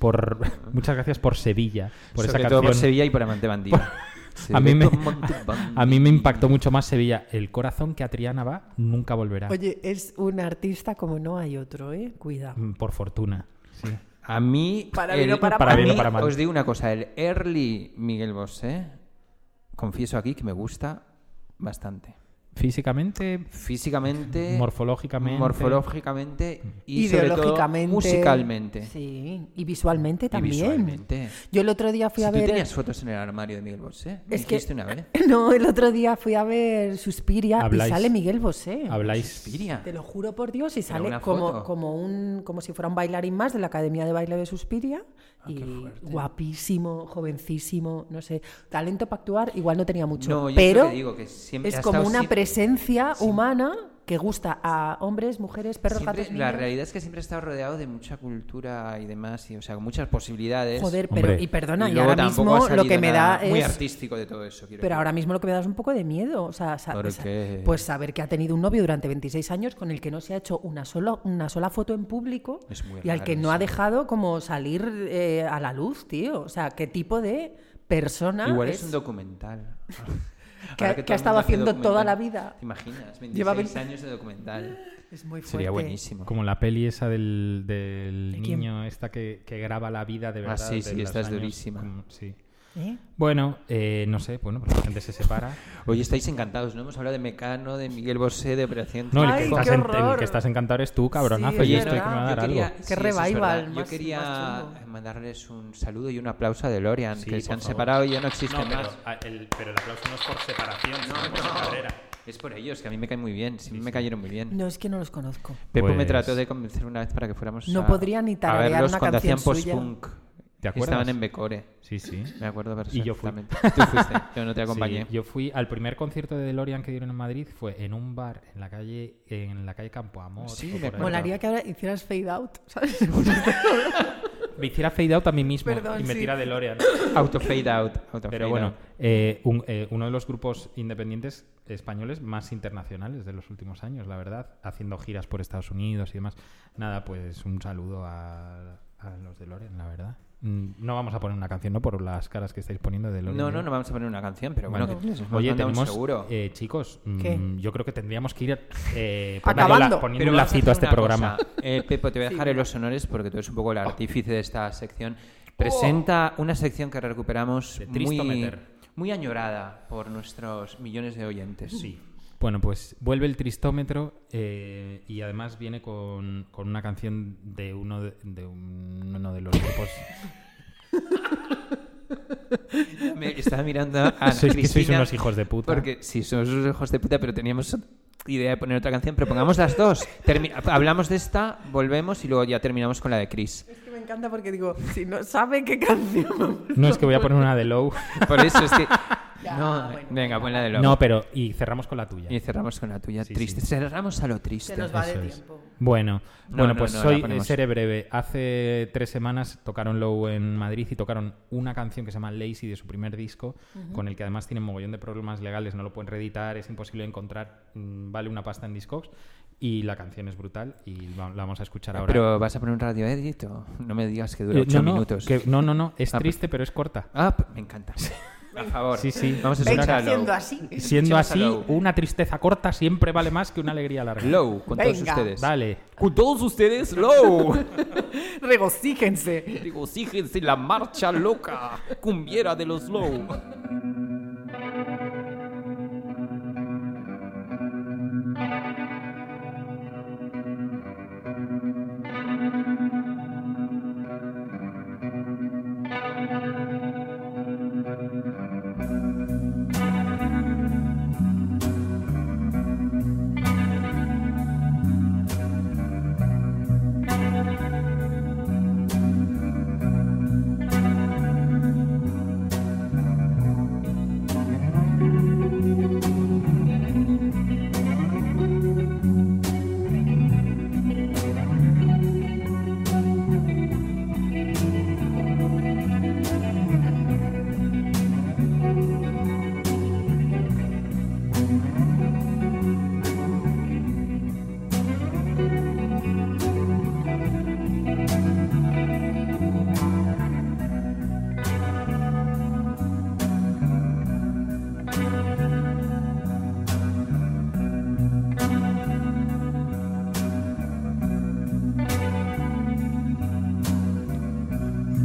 E: Por, muchas gracias por Sevilla, por
C: Sobre
E: esa
C: todo
E: canción.
C: por Sevilla y por Amante Bandido. Se
E: a, mí
C: ve
E: me,
C: como Amante Bandido.
E: a mí me impactó mucho más Sevilla. El corazón que a Triana va nunca volverá.
C: Ah.
D: Oye, es un artista como no hay otro, ¿eh? Cuida.
E: Mm, Por fortuna. Sí.
C: A mí,
D: Para
C: el-
D: bien o para
E: <laughs> Para
C: a
E: bien o
C: mí,
E: para mal.
C: os digo una cosa, el early Miguel Bosé, confieso aquí que me gusta bastante.
E: Físicamente,
C: Físicamente,
E: Morfológicamente.
C: morfológicamente y sobre todo,
D: Ideológicamente.
C: musicalmente.
D: Sí, y visualmente
C: Y
D: también.
C: visualmente.
D: Yo el otro día fui
C: Si
D: a
C: tú
D: ver.
C: tenías fotos en el armario de Miguel Bosé, me
D: Es que-
C: dijiste una vez.
D: <laughs> No, el otro día fui a ver Suspiria
E: Habláis-
D: y sale Miguel Bosé.
E: habláis
C: Suspiria.
D: Te lo juro por Dios, y sale
C: una foto.
D: como, como un como si fuera un bailarín más de la Academia de Baile de Suspiria.
C: Ah,
D: y guapísimo, jovencísimo, no sé. Talento para actuar, igual no tenía mucho.
C: No, yo
D: pero
C: es lo que digo, que siempre
D: es
C: ha
D: como
C: estado
D: una
C: siempre-
D: presencia humana que gusta a hombres, mujeres, perros,
C: Siempre-
D: gatos,
C: la
D: niños.
C: realidad es que siempre he estado rodeado de mucha cultura y demás, y, o sea, con muchas posibilidades.
D: Joder,
E: Hombre.
D: pero, y perdona, y,
C: luego
D: ahora
C: tampoco
D: mismo
C: ha
D: lo que
C: salido
D: me da
C: nada Muy
D: es.
C: artístico de todo eso, quiero
D: Pero
C: decir.
D: ahora mismo lo que me da es un poco de miedo. O sea, sa-
C: ¿Por
D: sa-
C: qué?
D: pues saber que ha tenido un novio durante 26 años con el que no se ha hecho una sola, una sola foto en público
C: Es muy
D: y al
C: raro
D: que no ha
C: eso.
D: dejado como salir eh, a la luz, tío. O sea, ¿qué tipo de persona
C: Igual
D: es?
C: es
D: <laughs>
C: un documental.
D: Que
C: Ahora
D: ha- que ha
C: todo el
D: estado
C: mundo hace
D: haciendo toda la
C: documental.
D: vida.
C: ¿Te imaginas? 26
D: Lleva
C: años de documental.
D: Es muy fuerte.
C: Sería buenísimo.
E: Como la peli esa del, del
D: ¿De quién?
E: niño, esta que, que graba la vida de
C: Ah,
E: verdad.
C: sí,
E: de
C: sí, que
E: los
C: esta es
E: años,
C: durísima.
E: como- sí.
D: ¿Eh?
C: Mm.
E: Bueno, eh, no sé, bueno, pues la gente se separa.
C: Hoy estáis encantados, ¿no? Hemos hablado de Mecano, de Miguel Bosé, de Operación
E: No, el,
D: Ay,
E: que, estás
D: qué
E: en- el
D: horror.
E: que estás encantado eres tú, cabronazo.
D: Sí,
E: yo
D: es
E: estoy que me va a
D: verdad.
E: dar
C: Yo
E: algo.
C: quería-
D: Qué
C: sí, eso es
D: revival,
C: verdad. Yo
D: más- más
C: quería
D: chungo.
C: mandarles un saludo y un aplauso a DeLorean,
E: Sí,
C: que
E: por
C: se han
E: favor.
C: separado y ya no existen
E: No, pero,
C: más.
E: a- el, pero el aplauso no es por separación, sino por carrera.
C: Es por ellos, que a mí me caen muy bien, sí, me cayeron muy bien.
D: No, es que no los conozco.
C: Pepo me
E: Pues-
C: trató de convencer una vez para que fuéramos
D: No
C: a,
D: podría ni
C: a
D: tararear
C: verlos
D: una
C: cuando hacían
D: canción suya.
C: post-punk.
E: ¿Te acuerdas?
C: Estaban en Becore.
E: Sí, sí. Sí,
C: Me acuerdo
E: Y yo fui.
C: perfectamente. Tú fuiste,
E: <laughs>
C: yo no te acompañé.
E: yo fui al primer concierto de DeLorean que dieron en Madrid, fue en un bar en la calle, en la calle Campo Amor.
C: Sí,
E: o
C: me
E: por ahí.
C: acuerdo.
D: Molaría que ahora hicieras fade out, ¿sabes? <laughs>
E: Me hiciera fade out a mí mismo
D: Perdón,
E: y me
D: sí.
E: tira DeLorean.
C: Auto fade out. auto fade
E: Pero bueno,
C: out.
E: eh, un- eh, uno de los grupos independientes españoles más internacionales de los últimos años, la verdad, haciendo giras por Estados Unidos y demás. Nada, pues un saludo a, a los de Loren, la verdad. Mm, No vamos a poner una canción, ¿no? Por las caras que estáis poniendo de lo
C: No, no, no vamos a poner una canción, pero bueno,
E: Vale.
C: que nos
E: Oye,
C: manda un
E: tenemos,
C: seguro.
E: eh, chicos, mm,
D: ¿Qué?
E: yo creo que tendríamos que ir eh,
D: Acabando.
E: la- poniendo
C: Pero
E: un
C: vamos
E: lacito a
C: hacer
E: este
C: una
E: programa.
C: cosa. Eh, Pepo, te voy a dejar en los honores porque tú eres un poco el
D: Oh.
C: artífice de esta sección. Presenta una sección que recuperamos
E: De
C: muy,
E: tristómeter.
C: muy añorada por nuestros millones de oyentes.
E: Sí. Bueno, pues vuelve el tristómetro eh, y además viene con, con una canción de uno de, de un- uno de los grupos.
C: <laughs> Me estaba mirando
E: <laughs> Sois que
C: a
E: sois
C: Ah, Cristina
E: unos hijos de puta.
C: Porque sí, somos unos hijos de puta, pero teníamos idea de poner otra canción. Pero pongamos las dos.
E: <laughs>
C: Termi- hablamos de esta, volvemos y luego ya terminamos con la de Chris.
D: Es que me encanta porque digo, si no sabe qué
E: <laughs>
D: canción.
E: No es que voy a poner una de Low.
C: Por eso es que...
D: <laughs> Ya,
C: no,
D: bueno.
C: venga, pon la de Lobo.
E: No, pero y cerramos con la tuya.
C: Y cerramos con la tuya
E: Sí,
C: triste.
E: sí.
C: Cerramos a lo triste.
D: Se nos va de
E: Eso es.
D: tiempo.
E: Bueno,
C: No,
E: bueno,
C: no,
E: pues
C: no, la
E: soy
C: ponemos.
E: seré breve. Hace tres semanas tocaron Low en Madrid y tocaron una canción que se llama Lazy de su primer disco, con el que además tienen mogollón de problemas legales, no lo pueden reeditar, es imposible encontrar, mm, vale una pasta en Discogs y la canción es brutal y va- la vamos a escuchar ahora.
C: Pero vas a poner un radio edit o <laughs> no me digas que dura
E: Eh,
C: ocho
E: no, no,
C: minutos.
E: que- no, no, no, es
C: Ah,
E: triste pero es corta.
C: Ah, p- me encanta. A favor.
E: Sí, sí.
C: Vamos a
E: Venga,
C: escuchar a Low.
D: Haciendo así.
E: Siendo
C: escuchemos a
E: así,
C: Low.
E: una tristeza corta siempre vale más que una alegría larga.
C: Low, con todos
D: Venga.
C: ustedes.
E: Dale.
C: Con todos ustedes, Low.
D: <laughs>
C: <laughs>
D: Regocíjense.
C: Digo, síguense la marcha loca, cumbiera de los Low.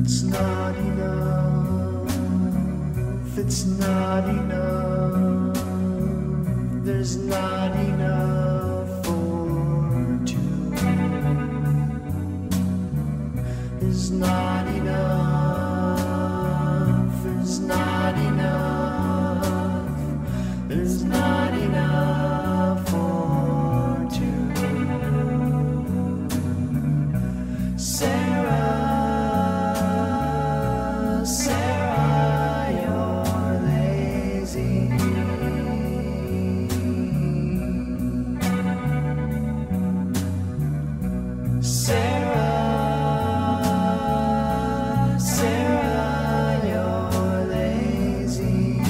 H: It's not enough. It's not enough. There's not enough for two. There's not enough. There's not enough. There's not enough for two. Sarah, Sarah, you're lazy. Sarah, Sarah, you're lazy.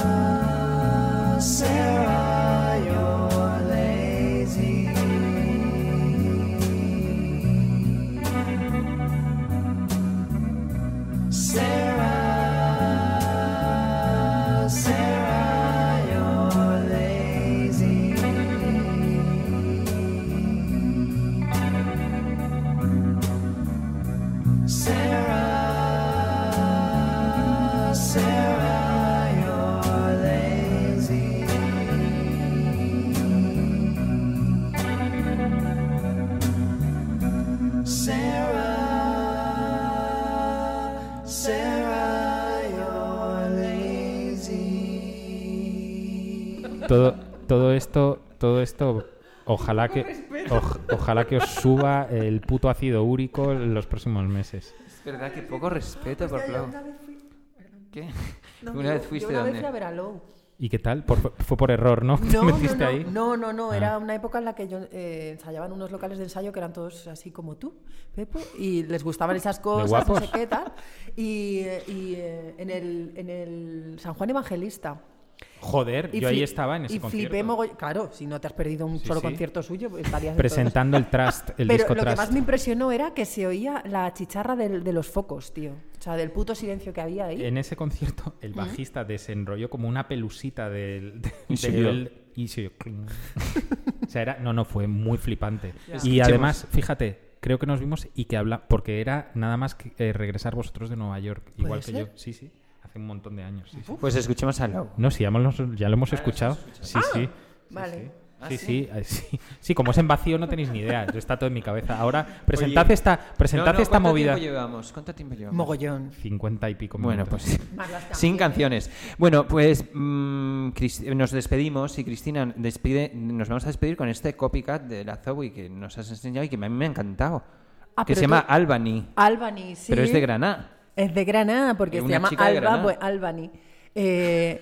H: Sarah, Sarah, you're lazy. Sarah, Sarah, you're lazy. Sarah, Sarah, you're lazy. Sarah, Sarah, you're lazy.
E: Todo, todo esto, todo esto, ojalá que, oj- ojalá que os suba el puto ácido úrico en los próximos meses.
C: Es verdad que poco respeto por Plau. ¿Qué?
D: No,
C: ¿Una
D: yo-
C: vez
D: yo
C: fuiste
D: una vez
C: dónde?
D: fui a ver a
E: <laughs>
D: Lou.
E: ¿Y qué tal? Por- fue por error, ¿no? <laughs>
D: No,
E: ¿Te
D: no,
E: metiste
D: no,
E: ahí?
D: no, no, no,
E: Ah.
D: era una época en la que yo eh, ensayaba en unos locales de ensayo que eran todos así como tú, Pepo, y les gustaban esas cosas, no
E: guapos.
D: sé qué tal. Y, eh, y, eh, en, el, en el San Juan Evangelista.
E: Joder,
D: Y
E: yo ahí
D: fli-
E: estaba en ese
D: y
E: concierto.
D: flipé mogoll- Claro, si no te has perdido un
E: Sí,
D: solo
E: sí.
D: concierto suyo, pues estarías en todos.
E: Presentando el Trust, el
D: Pero
E: disco
D: lo que
E: Trust.
D: más me impresionó era que se oía la chicharra del- de los focos, tío. O sea, del puto silencio que había ahí.
E: En ese concierto, el bajista desenrolló como una pelusita del. de-
C: <laughs> Y se oyó.
E: del- y se oyó cling. o sea, era. No, no, fue muy flipante. Y
C: Escuchemos.
E: además, fíjate, creo que nos vimos y que habla. Porque era nada más que eh, regresar vosotros de Nueva York, igual que
D: ser?
E: yo. Sí, sí. Hace un montón de años. sí, sí.
C: Pues escuchemos a Lau.
E: No, sí, ya, hemos- ya lo hemos escuchado. Sí, sí. Sí,
D: vale.
E: sí.
C: Ah,
E: Sí,
C: ¿sí?
E: sí, eh, sí. Sí, como es en vacío no tenéis ni idea. Está todo en mi cabeza.
C: <laughs>
E: Ahora, presentad esta, presentad
C: No, no,
E: esta movida.
C: ¿Cuánto tiempo llevamos? ¿Cuánto tiempo llevamos?
D: Mogollón.
E: 50 y pico
D: Mm.
C: Bueno,
E: minutos.
C: pues <laughs> sin canciones. Bueno, pues mm, Cris- nos despedimos y Cristina despide, nos vamos a despedir con este copycat de la Zoe que nos has enseñado y que a mí me ha encantado.
D: Ah,
C: que
D: pero
C: se llama
D: tú-
C: Albany,
D: Albany, sí.
C: pero es de Granada.
D: Es de Granada, porque
C: Es
D: se
C: una
D: llama
C: chica de
D: Alba,
C: Granada.
D: pues, Albany. Eh,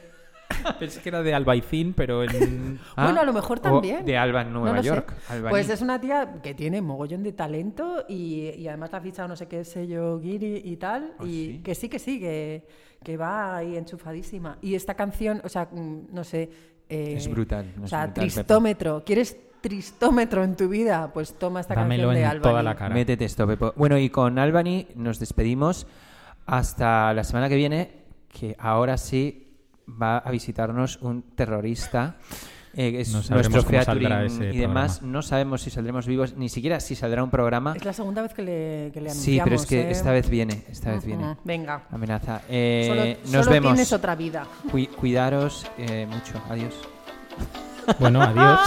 E: Pensé que era de Albaicín, pero en...
C: Ah,
D: bueno, a lo mejor
C: o
D: también.
C: de Alba en Nueva
D: lo sé.
C: York, Albany.
D: Pues es una tía que tiene mogollón de talento y, y además la ha fichado no sé qué sello Giri y tal.
C: Ah,
D: y
C: ¿sí?
D: que sí, que sí, que, que va ahí enchufadísima. Y esta canción, o sea, mm, no sé. eh,
C: Es brutal, no
D: O
C: es
D: sea,
C: brutal, Pepe.
D: tristómetro. ¿Quieres tristómetro en tu vida? Pues toma <laughs> esta
E: Dámelo
D: canción de
E: en
D: Albany.
E: toda la cara.
C: Métete esto, Pepo. Bueno, y con Albany nos despedimos hasta la semana que viene, que ahora sí va a visitarnos un terrorista. Eh, es
E: No sabremos
C: nuestro
E: cómo saldrá
C: featuring
E: ese
C: y demás.
E: programa.
C: No sabemos si saldremos vivos, ni siquiera si saldrá un programa.
D: Es la segunda vez que le, que le
C: Sí, pero es
D: anunciamos,
C: que
D: ¿eh?
C: esta vez viene, esta vez
D: Ujú,
C: viene.
D: Venga.
C: Amenaza. Eh,
D: solo
C: nos
D: solo
C: vemos.
D: tienes otra vida.
C: Cui- cuidaros eh, mucho. Adiós.
E: Bueno, adiós.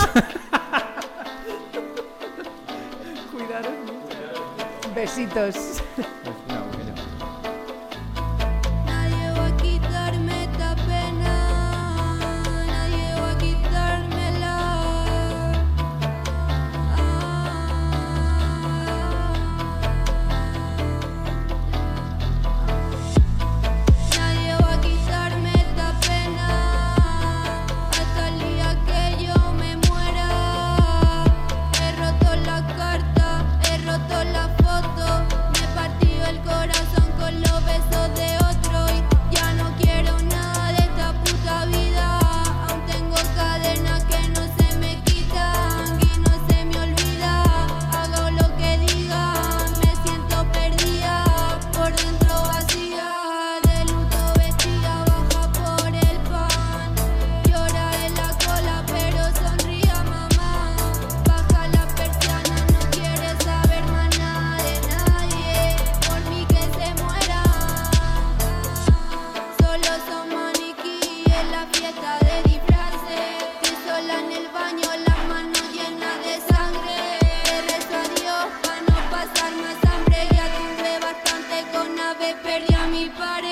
D: Besitos.
I: Nadie va a quitarme esta pena, nadie va a quitármela. Ah. Nadie va a quitarme esta pena hasta el día que yo me muera. He roto la carta, he roto la foto, me he partido el corazón con los besos de otro y ya no quiero nada de esta puta vida. Aún tengo cadenas que no se me quitan y no se me olvida. Hago lo que digan, me siento perdida, por dentro vacía, de luto vestida, baja por el pan. Llora en la cola, pero sonría mamá. Baja la persiana, no quiere saber más nada de nadie. Por mí que se muera. Solo son maniquí en la fiesta de disfraces. Estoy sola en el baño, las manos llenas de sangre. Le rezo a Dios para no pasar más hambre. Ya tuve bastante con ave, perdí a mi padre.
F: Eh,